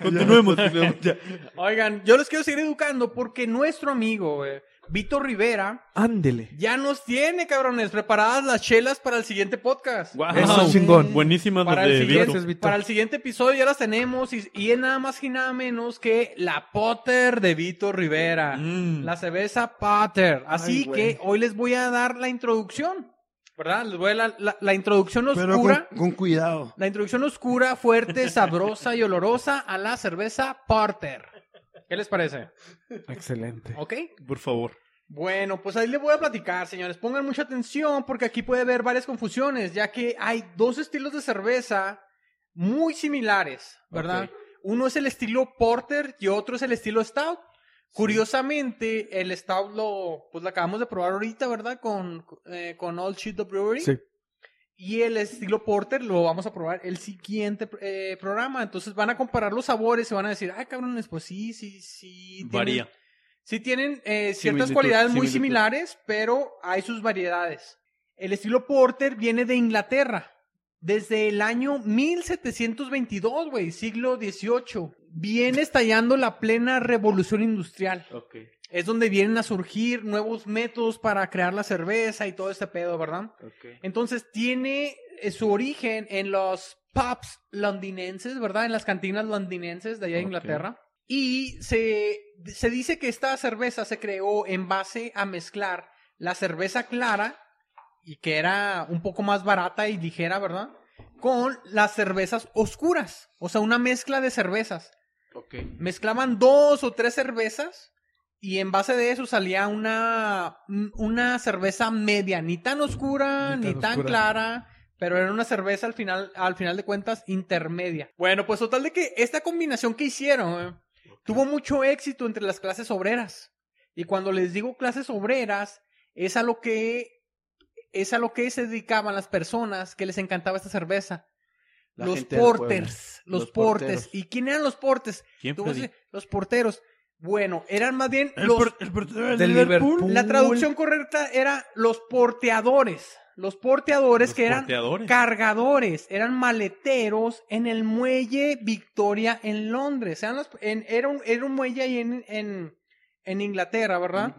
[SPEAKER 4] Continuemos. ya.
[SPEAKER 2] Oigan, yo los quiero seguir educando porque nuestro amigo, güey, Vito Rivera,
[SPEAKER 5] Ándele.
[SPEAKER 2] ya nos tiene, cabrones, preparadas las chelas para el siguiente podcast.
[SPEAKER 4] Guau.
[SPEAKER 5] Eso es chingón.
[SPEAKER 4] Buenísimas
[SPEAKER 2] Para
[SPEAKER 4] las
[SPEAKER 2] el,
[SPEAKER 4] de Vito.
[SPEAKER 5] Gracias,
[SPEAKER 2] siguiente,
[SPEAKER 5] Vito.
[SPEAKER 2] para el siguiente episodio ya las tenemos y, y es nada más y nada menos que la Potter de Vito Rivera.
[SPEAKER 4] Mm.
[SPEAKER 2] La cerveza Potter. Así
[SPEAKER 5] Ay, güey.
[SPEAKER 2] que hoy les voy a dar la introducción, ¿verdad? Les voy a dar la, la- la introducción
[SPEAKER 1] Pero
[SPEAKER 2] oscura.
[SPEAKER 1] con, con cuidado.
[SPEAKER 2] La introducción oscura, fuerte, sabrosa y olorosa a la cerveza Porter. ¿Qué les parece?
[SPEAKER 5] Excelente.
[SPEAKER 2] ¿Ok?
[SPEAKER 4] Por favor.
[SPEAKER 2] Bueno, pues ahí les voy a platicar, señores. Pongan mucha atención porque aquí puede haber varias confusiones, ya que hay dos estilos de cerveza muy similares, ¿verdad? Uno es el estilo Porter y otro es el estilo Stout. Curiosamente, el Stout lo, pues lo acabamos de probar ahorita, ¿verdad? Con, eh, con All Shit the Brewery.
[SPEAKER 5] Sí.
[SPEAKER 2] Y el estilo Porter lo vamos a probar el siguiente eh, programa. Entonces van a comparar los sabores y van a decir, ay, cabrones, pues sí, sí, sí. tienen-
[SPEAKER 4] Varía.
[SPEAKER 2] Sí tienen eh, ciertas
[SPEAKER 4] Similitud,
[SPEAKER 2] cualidades muy
[SPEAKER 4] similitud.
[SPEAKER 2] similares, pero hay sus variedades. El estilo Porter viene de Inglaterra. Desde el año 1722, güey, siglo XVIII, viene estallando la plena revolución industrial.
[SPEAKER 4] Ok.
[SPEAKER 2] Es donde vienen a surgir nuevos métodos para crear la cerveza y todo este pedo, ¿verdad? Entonces tiene eh, su origen en los pubs londinenses, ¿verdad? En las cantinas londinenses de allá de
[SPEAKER 4] Ok.
[SPEAKER 2] Inglaterra. Y se, se dice que esta cerveza se creó en base a mezclar la cerveza clara, y que era un poco más barata y ligera, ¿verdad? Con las cervezas oscuras, o sea, una mezcla de cervezas. Mezclaban dos o tres cervezas y en base de eso salía una, una cerveza media, ni tan oscura, ni tan,
[SPEAKER 5] Ni tan oscura.
[SPEAKER 2] clara, pero era una cerveza al final, al final de cuentas intermedia. Bueno, pues total de que esta combinación que hicieron eh, tuvo mucho éxito entre las clases obreras. Y cuando les digo clases obreras, es a lo que es a lo que se dedicaban las personas que les encantaba esta cerveza.
[SPEAKER 6] La
[SPEAKER 2] los
[SPEAKER 6] gente del pueblo.
[SPEAKER 2] porters, los,
[SPEAKER 6] Los
[SPEAKER 2] portes.
[SPEAKER 6] porteros.
[SPEAKER 2] ¿Y quién eran los portes?
[SPEAKER 4] ¿Quién
[SPEAKER 2] Tú vas a
[SPEAKER 4] predica?
[SPEAKER 2] decir, los porteros. Bueno, eran más bien
[SPEAKER 1] El,
[SPEAKER 2] los-
[SPEAKER 1] por- el portero del,
[SPEAKER 5] del
[SPEAKER 1] Liverpool.
[SPEAKER 5] Liverpool.
[SPEAKER 2] la traducción correcta era los porteadores. Los porteadores
[SPEAKER 4] Los
[SPEAKER 2] que eran
[SPEAKER 4] porteadores.
[SPEAKER 2] cargadores, eran maleteros en el muelle Victoria en Londres. Eran los- en- era, un, era un muelle ahí en, en- en Inglaterra, ¿verdad?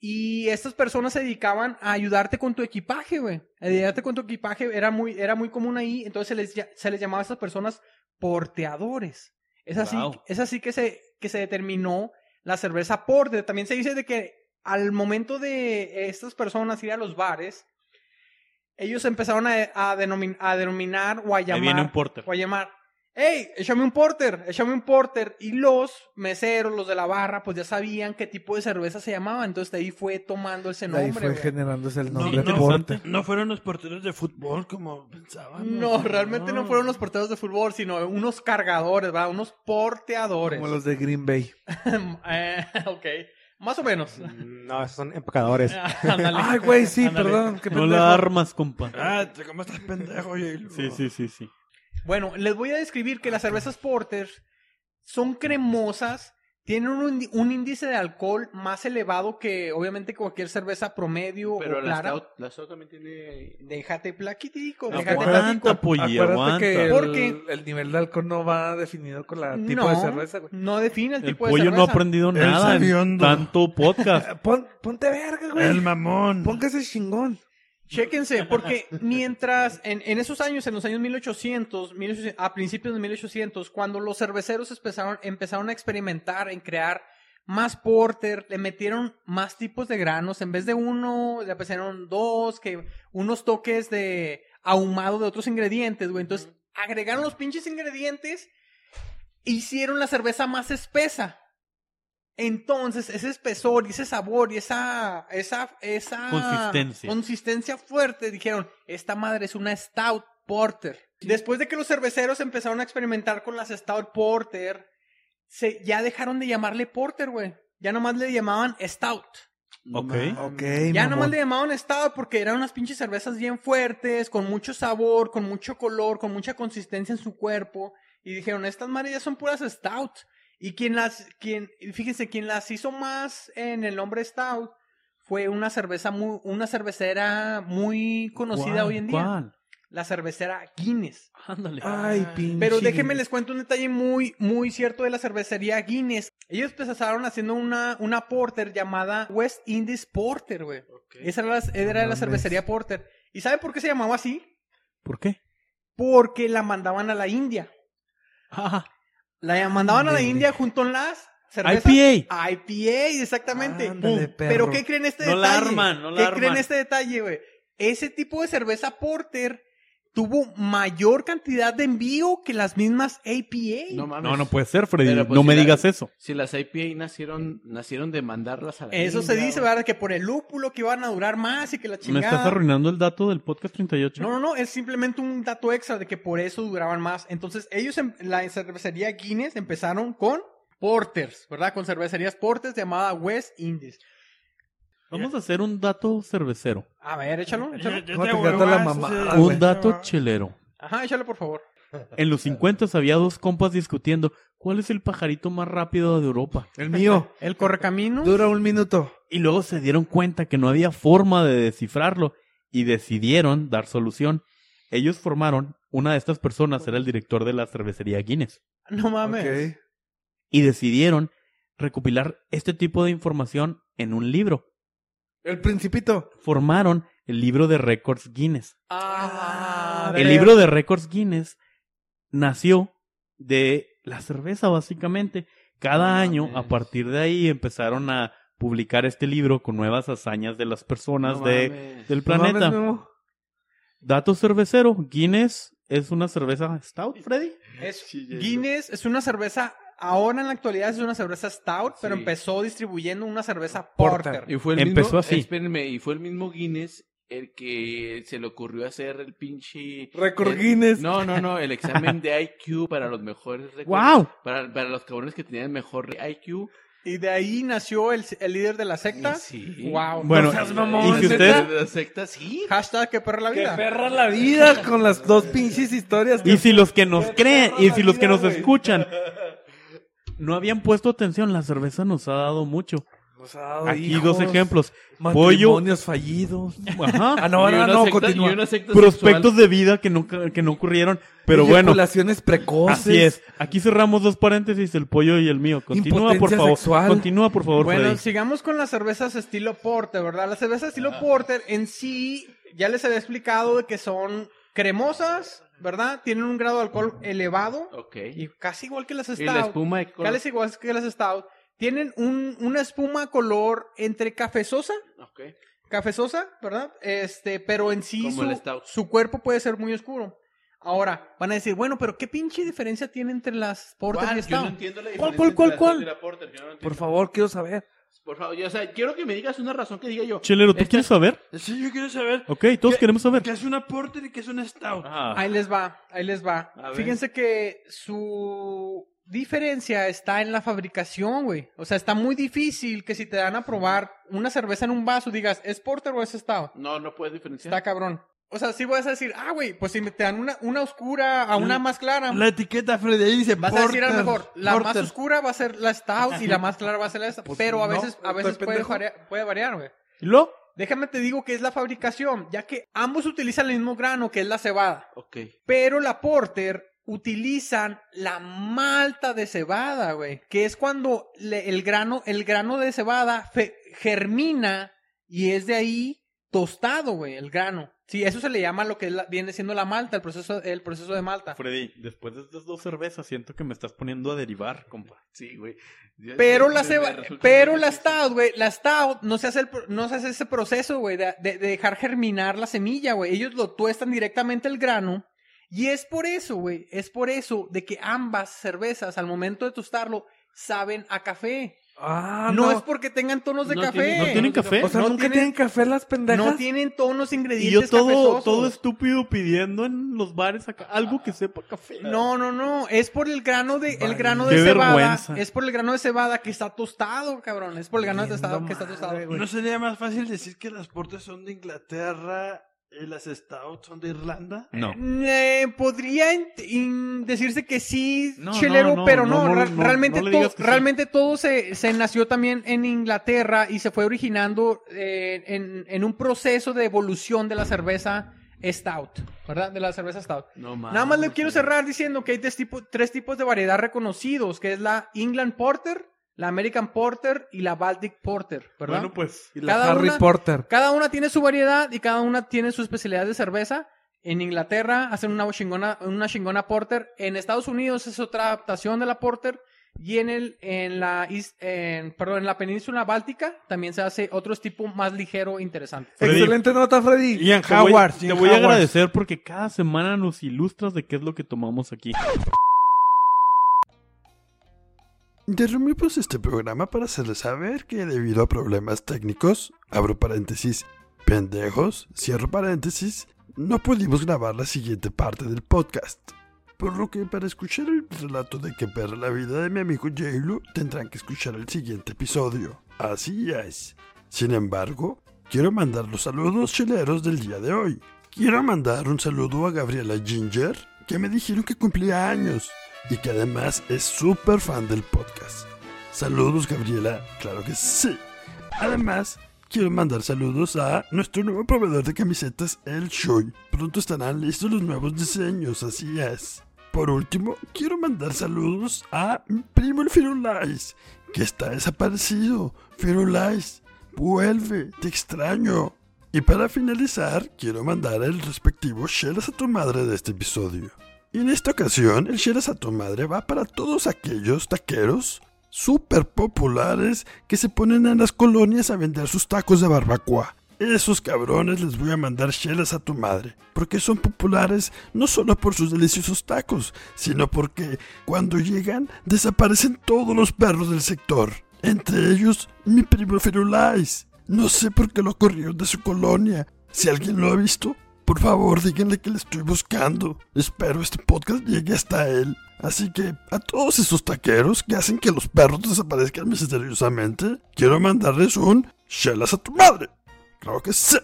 [SPEAKER 2] Y estas personas se dedicaban a ayudarte con tu equipaje, güey. Ayudarte con tu equipaje era muy, era muy común ahí, entonces se les, lla- se les llamaba a estas personas porteadores. Es así,
[SPEAKER 4] Wow.
[SPEAKER 2] es así que se, que se determinó la cerveza porter. También se dice de que al momento de estas personas ir a los bares, ellos empezaron a, a denomin- a denominar o a
[SPEAKER 4] Ahí viene
[SPEAKER 2] llamar
[SPEAKER 4] un porter.
[SPEAKER 2] o a llamar, hey, échame un porter, échame un porter. Y los meseros, los de la barra, pues ya sabían qué tipo de cerveza se llamaba. Entonces de ahí fue tomando ese
[SPEAKER 5] De ahí
[SPEAKER 2] nombre.
[SPEAKER 5] fue
[SPEAKER 2] güey.
[SPEAKER 5] generándose el
[SPEAKER 1] No,
[SPEAKER 5] nombre
[SPEAKER 1] no,
[SPEAKER 5] Porter.
[SPEAKER 1] No fueron los porteros de fútbol como pensaban.
[SPEAKER 2] Ah, No, realmente no fueron los porteros de fútbol, sino unos cargadores, ¿verdad? Unos porteadores.
[SPEAKER 5] Como los de Green Bay.
[SPEAKER 2] Eh, ok, más o menos.
[SPEAKER 3] No, esos son empacadores.
[SPEAKER 2] Ándale.
[SPEAKER 5] Ay, güey, sí,
[SPEAKER 2] Ándale.
[SPEAKER 5] perdón. Qué
[SPEAKER 4] No
[SPEAKER 5] pendejo.
[SPEAKER 4] la armas, compa. Ah,
[SPEAKER 1] Ah, te cómo estás pendejo, oye.
[SPEAKER 4] Sí, sí, sí, sí.
[SPEAKER 2] Bueno, les voy a describir que las cervezas porter son cremosas, tienen un, indi- un índice de alcohol más elevado que obviamente cualquier cerveza promedio
[SPEAKER 6] Pero
[SPEAKER 2] o
[SPEAKER 6] la
[SPEAKER 2] clara.
[SPEAKER 6] Stout, la Stout también tiene...
[SPEAKER 2] Déjate plaquitico,
[SPEAKER 4] No,
[SPEAKER 2] déjate
[SPEAKER 4] aguanta,
[SPEAKER 2] platico.
[SPEAKER 4] pollo,
[SPEAKER 5] Acuérdate que el,
[SPEAKER 4] aguanta.
[SPEAKER 2] Porque-
[SPEAKER 5] el nivel de alcohol no va definido con la tipo
[SPEAKER 2] no,
[SPEAKER 5] de cerveza, güey.
[SPEAKER 2] no define el,
[SPEAKER 4] El
[SPEAKER 2] tipo
[SPEAKER 4] pollo
[SPEAKER 2] de cerveza.
[SPEAKER 4] no ha aprendido nada en
[SPEAKER 1] sabiondo.
[SPEAKER 4] tanto podcast.
[SPEAKER 5] Eh, Pon, ponte verga, güey.
[SPEAKER 1] El mamón.
[SPEAKER 5] Póngase chingón.
[SPEAKER 2] Chéquense, porque mientras en, en esos años, en los años 1800, 1800, a principios de 1800, cuando los cerveceros empezaron, empezaron a experimentar en crear más porter, le metieron más tipos de granos, en vez de uno, le pusieron dos, que unos toques de ahumado de otros ingredientes, güey. Entonces, agregaron los pinches ingredientes, hicieron la cerveza más espesa. Entonces, ese espesor y ese sabor y esa, esa, esa
[SPEAKER 4] Consistencia.
[SPEAKER 2] consistencia fuerte, dijeron, esta madre es una stout porter. Después de que los cerveceros empezaron a experimentar con las stout porter, se, ya dejaron de llamarle porter, güey. Ya nomás le llamaban stout.
[SPEAKER 6] No
[SPEAKER 4] Ok.
[SPEAKER 6] mames.
[SPEAKER 5] Ok,
[SPEAKER 2] Ya
[SPEAKER 5] mamón.
[SPEAKER 2] nomás le llamaban estado porque eran unas pinches cervezas bien fuertes, con mucho sabor, con mucho color, con mucha consistencia en su cuerpo. Y dijeron, estas marías son puras stout. Y quien las, quien, fíjense, quien las hizo más en el nombre Stout fue una cerveza muy, una cervecera muy conocida hoy en día.
[SPEAKER 4] ¿Cuál?
[SPEAKER 2] La cervecera Guinness.
[SPEAKER 4] Ándale.
[SPEAKER 5] Ay, pinche.
[SPEAKER 2] Pero déjenme les cuento un detalle muy, muy cierto de la cervecería Guinness. Ellos empezaron haciendo una, una porter llamada West Indies Porter, güey. Esa era la, era la
[SPEAKER 5] mames.
[SPEAKER 2] cervecería porter. ¿Y saben por qué se llamaba así?
[SPEAKER 4] ¿Por qué?
[SPEAKER 2] Porque la mandaban a la India.
[SPEAKER 4] Ah,
[SPEAKER 2] La mandaban a la
[SPEAKER 5] Ándale.
[SPEAKER 2] India junto con las cervezas.
[SPEAKER 4] IPA.
[SPEAKER 2] IPA, exactamente.
[SPEAKER 5] Ándale,
[SPEAKER 2] Pum.
[SPEAKER 5] perro.
[SPEAKER 2] Pero ¿qué creen este
[SPEAKER 4] No la
[SPEAKER 2] detalle?
[SPEAKER 4] arman, no la
[SPEAKER 2] ¿Qué
[SPEAKER 4] arman.
[SPEAKER 2] creen este detalle, güey? Ese tipo de cerveza porter tuvo mayor cantidad de envío que las mismas APA.
[SPEAKER 6] No mames.
[SPEAKER 4] No, no puede ser, Freddy.
[SPEAKER 6] Pero, pues,
[SPEAKER 4] no
[SPEAKER 6] si
[SPEAKER 4] me
[SPEAKER 6] la-
[SPEAKER 4] digas eso.
[SPEAKER 6] Si las IPA nacieron, nacieron de mandarlas a la
[SPEAKER 2] Eso se
[SPEAKER 6] India,
[SPEAKER 2] dice,
[SPEAKER 6] güey.
[SPEAKER 2] ¿verdad? Que por el lúpulo que iban a durar más y que la
[SPEAKER 4] ¿Me
[SPEAKER 2] chingada.
[SPEAKER 4] estás arruinando el dato del podcast 38?
[SPEAKER 2] No, no, no, es simplemente un dato extra de que por eso duraban más. Entonces, ellos en la cervecería Guinness empezaron con porters, ¿verdad? Con cervecerías porters llamada West Indies.
[SPEAKER 4] Vamos a hacer un dato cervecero.
[SPEAKER 2] A ver, échalo, échalo.
[SPEAKER 5] ¿Cómo te encanta la mamada, Ah, güey?
[SPEAKER 4] un dato chelero.
[SPEAKER 2] Ajá, échalo, por favor.
[SPEAKER 4] En los 50 había dos compas discutiendo cuál es el pajarito más rápido de Europa.
[SPEAKER 5] El mío.
[SPEAKER 2] El correcamino.
[SPEAKER 5] Dura un minuto.
[SPEAKER 4] Y luego se dieron cuenta que no había forma de descifrarlo y decidieron dar solución. Ellos formaron, una de estas personas era el director de la cervecería Guinness,
[SPEAKER 2] No mames.
[SPEAKER 5] Ok.
[SPEAKER 4] y decidieron recopilar este tipo de información en un libro.
[SPEAKER 5] El principito.
[SPEAKER 4] Formaron el libro de récords Guinness.
[SPEAKER 2] Ah,
[SPEAKER 4] El libro de récords Guinness nació de la cerveza, básicamente. Cada
[SPEAKER 6] No
[SPEAKER 4] año,
[SPEAKER 6] mames.
[SPEAKER 4] a partir de ahí, empezaron a publicar este libro con nuevas hazañas de las personas
[SPEAKER 6] No
[SPEAKER 4] de,
[SPEAKER 6] mames.
[SPEAKER 4] del
[SPEAKER 5] No mames,
[SPEAKER 4] planeta.
[SPEAKER 5] Memo.
[SPEAKER 4] Dato cervecero, Guinness es una cerveza stout, Freddy.
[SPEAKER 2] Es-
[SPEAKER 6] Sí, ya, ya.
[SPEAKER 2] Guinness es una cerveza, ahora en la actualidad es una cerveza stout, pero
[SPEAKER 6] Sí.
[SPEAKER 2] empezó distribuyendo una cerveza
[SPEAKER 5] Porter.
[SPEAKER 2] porter.
[SPEAKER 6] Y fue el
[SPEAKER 4] Empezó
[SPEAKER 6] mismo,
[SPEAKER 4] así.
[SPEAKER 6] Espérenme, y fue el mismo Guinness el que se le ocurrió hacer el pinche...
[SPEAKER 5] Récord
[SPEAKER 6] el-
[SPEAKER 5] Guinness.
[SPEAKER 6] No, no, no, el examen de IQ para los mejores récords.
[SPEAKER 4] ¡Wow!
[SPEAKER 6] Para, para los cabrones que tenían mejor IQ.
[SPEAKER 2] Y de ahí nació el, el líder de la secta.
[SPEAKER 6] Sí.
[SPEAKER 2] Wow.
[SPEAKER 4] Bueno,
[SPEAKER 5] seas mamón,
[SPEAKER 4] y si
[SPEAKER 5] ¿neta?
[SPEAKER 4] usted,
[SPEAKER 6] De la secta, sí.
[SPEAKER 2] Hashtag que perra la vida.
[SPEAKER 5] perra la vida con las dos pinches historias.
[SPEAKER 4] y si los que nos creen, y si los que nos escuchan, no habían puesto atención, la cerveza nos ha dado mucho.
[SPEAKER 5] Nos ha dado
[SPEAKER 4] Aquí
[SPEAKER 5] hijos,
[SPEAKER 4] dos ejemplos.
[SPEAKER 5] Matrimonios fallidos.
[SPEAKER 4] Ajá.
[SPEAKER 5] Ah, no,
[SPEAKER 6] Y
[SPEAKER 5] no,
[SPEAKER 6] una
[SPEAKER 5] no,
[SPEAKER 6] secta-
[SPEAKER 5] continúa.
[SPEAKER 6] y una secta
[SPEAKER 4] prospectos
[SPEAKER 6] sexual.
[SPEAKER 4] de vida que no, que no ocurrieron. Pero bueno,
[SPEAKER 5] Eyaculaciones precoces.
[SPEAKER 4] así es. Aquí cerramos dos paréntesis, el pollo y el mío. Continúa, por
[SPEAKER 5] Impotencia
[SPEAKER 4] favor.
[SPEAKER 5] sexual.
[SPEAKER 4] Continúa, por favor,
[SPEAKER 2] Bueno,
[SPEAKER 4] Freddy.
[SPEAKER 2] sigamos con las cervezas estilo porter, ¿verdad? Las cervezas estilo porter en sí, ya les había explicado de que son cremosas, ¿verdad? Tienen un grado de alcohol elevado
[SPEAKER 6] Ok.
[SPEAKER 2] y casi igual que las
[SPEAKER 6] Y la
[SPEAKER 2] stout.
[SPEAKER 6] espuma de color.
[SPEAKER 2] Casi igual que las stout. Tienen un- una espuma color entre cafezosa,
[SPEAKER 6] Ok.
[SPEAKER 2] cafezosa, ¿verdad? Este, pero en sí
[SPEAKER 6] Como
[SPEAKER 2] su,
[SPEAKER 6] el stout.
[SPEAKER 2] su cuerpo puede ser muy oscuro. Ahora, van a decir, bueno, pero ¿qué pinche diferencia tiene entre las porter y
[SPEAKER 6] ¿Cuál? Yo no
[SPEAKER 2] stout?
[SPEAKER 6] entiendo la
[SPEAKER 4] ¿Cuál,
[SPEAKER 6] diferencia
[SPEAKER 4] cuál,
[SPEAKER 6] entre
[SPEAKER 4] cuál,
[SPEAKER 6] la
[SPEAKER 4] cuál?
[SPEAKER 6] Stout y la Porter, yo no entiendo.
[SPEAKER 5] Por favor, quiero saber.
[SPEAKER 6] Por favor, yo, o sea, quiero que me digas una razón que diga yo.
[SPEAKER 4] Chelero, ¿tú
[SPEAKER 6] Esta-
[SPEAKER 4] quieres saber?
[SPEAKER 1] Sí, yo quiero saber
[SPEAKER 4] Ok, todos
[SPEAKER 1] ¿Qué-
[SPEAKER 4] queremos saber.
[SPEAKER 1] qué es una porter y qué es una stout.
[SPEAKER 4] Ah,
[SPEAKER 2] Ahí les va, ahí les va.
[SPEAKER 6] A ver.
[SPEAKER 2] Fíjense que su diferencia está en la fabricación, güey. O sea, está muy difícil que si te dan a probar una cerveza en un vaso, digas, ¿es porter o es stout?
[SPEAKER 6] No, no puedes diferenciar.
[SPEAKER 2] Está cabrón. O sea, sí vas a decir, ah, güey, pues si me te dan una, una oscura a una
[SPEAKER 1] Mm.
[SPEAKER 2] más clara,
[SPEAKER 1] La
[SPEAKER 2] Ah,
[SPEAKER 1] etiqueta, Freddy, ahí dice
[SPEAKER 2] vas a decir a lo mejor, la más oscura va a ser la stout y la más clara va a ser la stout.
[SPEAKER 5] Pues
[SPEAKER 2] pero a
[SPEAKER 5] no,
[SPEAKER 2] veces, a
[SPEAKER 5] estoy
[SPEAKER 2] veces puede
[SPEAKER 5] pendejo.
[SPEAKER 2] variar, puede variar, güey.
[SPEAKER 4] ¿Y luego?
[SPEAKER 2] Déjame te digo que es la fabricación, ya que ambos utilizan el mismo grano, que es la cebada.
[SPEAKER 6] Ok.
[SPEAKER 2] Pero la Porter utilizan la malta de cebada, güey, que es cuando le- el grano el grano de cebada fe- germina y es de ahí tostado, güey, el grano. Sí, eso se le llama lo que es la- viene siendo la malta, el proceso el proceso de malta.
[SPEAKER 4] Freddy, después de estas dos cervezas, siento que me estás poniendo a derivar, compa.
[SPEAKER 6] Sí, güey. Ya-
[SPEAKER 2] Pero
[SPEAKER 6] ya-
[SPEAKER 2] la
[SPEAKER 6] me-
[SPEAKER 2] ceba-
[SPEAKER 6] me resulta
[SPEAKER 2] pero
[SPEAKER 6] muy
[SPEAKER 2] la
[SPEAKER 6] difícil.
[SPEAKER 2] stout, güey, la stout no se hace el pro- no se hace ese proceso, güey, de, de- de dejar germinar la semilla, güey. Ellos lo tuestan directamente el grano y es por eso, güey, es por eso de que ambas cervezas al momento de tostarlo saben a café.
[SPEAKER 5] Ah,
[SPEAKER 2] no, es porque tengan tonos de
[SPEAKER 6] No
[SPEAKER 2] café.
[SPEAKER 6] tienen-
[SPEAKER 4] ¿No tienen café?
[SPEAKER 5] O sea,
[SPEAKER 2] no
[SPEAKER 5] nunca
[SPEAKER 2] tienen-
[SPEAKER 5] tienen... café las pendejas.
[SPEAKER 2] No tienen tonos
[SPEAKER 4] y
[SPEAKER 2] ingredientes
[SPEAKER 4] yo todo,
[SPEAKER 2] cafezosos.
[SPEAKER 4] todo estúpido pidiendo en los bares acá algo que sepa café.
[SPEAKER 2] No, no, no, es por el grano de el grano de
[SPEAKER 4] Qué
[SPEAKER 2] cebada,
[SPEAKER 4] vergüenza.
[SPEAKER 2] es por el grano de cebada que está tostado, cabrón, es por el grano de
[SPEAKER 5] Valiendo
[SPEAKER 2] cebada que está
[SPEAKER 5] madre,
[SPEAKER 2] tostado.
[SPEAKER 5] güey.
[SPEAKER 1] ¿No sería más fácil decir que las portes son de Inglaterra Eh, ¿Las Stout son de Irlanda?
[SPEAKER 4] No.
[SPEAKER 2] Eh, podría en- in- decirse que sí,
[SPEAKER 4] No,
[SPEAKER 2] chelero,
[SPEAKER 4] no, no,
[SPEAKER 2] pero no,
[SPEAKER 4] no, no,
[SPEAKER 2] ra-
[SPEAKER 4] no,
[SPEAKER 2] realmente,
[SPEAKER 4] no le
[SPEAKER 2] todo,
[SPEAKER 4] digas que sí.
[SPEAKER 2] realmente todo se, se nació también en Inglaterra y se fue originando eh, en, en un proceso de evolución de la cerveza stout, ¿verdad? De la cerveza stout.
[SPEAKER 1] No mames.
[SPEAKER 2] Nada más le quiero cerrar diciendo que hay tres, tipo- tres tipos de variedad reconocidos, que es la England Porter, la American Porter y la Baltic Porter, ¿verdad?
[SPEAKER 4] Bueno, pues.
[SPEAKER 5] Y la
[SPEAKER 2] Cada
[SPEAKER 5] Harry
[SPEAKER 2] una-
[SPEAKER 5] Potter.
[SPEAKER 2] Cada una tiene su variedad y cada una tiene su especialidad de cerveza. En Inglaterra hacen una chingona, una chingona porter. En Estados Unidos es otra adaptación de la porter. Y en el, en la, is- en, perdón, en la península báltica también se hace otro tipo más ligero e interesante.
[SPEAKER 4] Freddy.
[SPEAKER 5] Excelente nota, Freddy.
[SPEAKER 4] Ian
[SPEAKER 5] Te
[SPEAKER 4] Howard,
[SPEAKER 5] voy-
[SPEAKER 4] te voy a agradecer porque cada semana nos ilustras de qué es lo que tomamos aquí.
[SPEAKER 1] Interrumpimos este programa para hacerles saber que debido a problemas técnicos, abro paréntesis, pendejos, cierro paréntesis, no pudimos grabar la siguiente parte del podcast. Por lo que para escuchar el relato de que perra la vida de mi amigo Jailu, tendrán que escuchar el siguiente episodio. Así es. Sin embargo, quiero mandar los saludos chileros del día de hoy. Quiero mandar un saludo a Gabriela Ginger, que me dijeron que cumplía años y que además es súper fan del podcast. Saludos Gabriela, claro que sí. Además, quiero mandar saludos a nuestro nuevo proveedor de camisetas, El Shoy. Pronto estarán listos los nuevos diseños, así es. Por último, quiero mandar saludos a mi primo el Firulais, que está desaparecido. Firulais, vuelve, te extraño. Y para finalizar, quiero mandar el respectivo Shellas a tu madre de este episodio. Y en esta ocasión, el Chelas a tu madre va para todos aquellos taqueros súper populares que se ponen en las colonias a vender sus tacos de barbacoa. Esos cabrones les voy a mandar chelas a tu madre, porque son populares no solo por sus deliciosos tacos, sino porque cuando llegan desaparecen todos los perros del sector, entre ellos mi primo Firulais. No sé por qué lo corrieron de su colonia. Si alguien lo ha visto, por favor, díganle que le estoy buscando. Espero este podcast llegue hasta él. Así que a todos esos taqueros que hacen que los perros desaparezcan misteriosamente, quiero mandarles un chelas a tu madre. Claro que sí.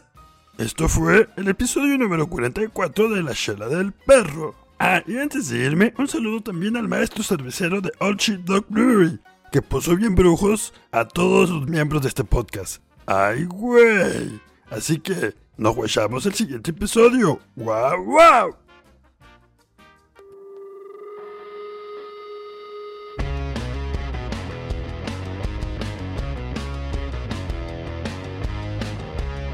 [SPEAKER 1] Esto fue el episodio número 44 de La Chela del Perro. Ah, y antes de irme, un saludo también al maestro cervecero de Old Shit Dog Brewery, que puso bien brujos a todos los miembros de este podcast. ¡Ay, güey! Así que nos huechamos el siguiente episodio. ¡Guau, guau!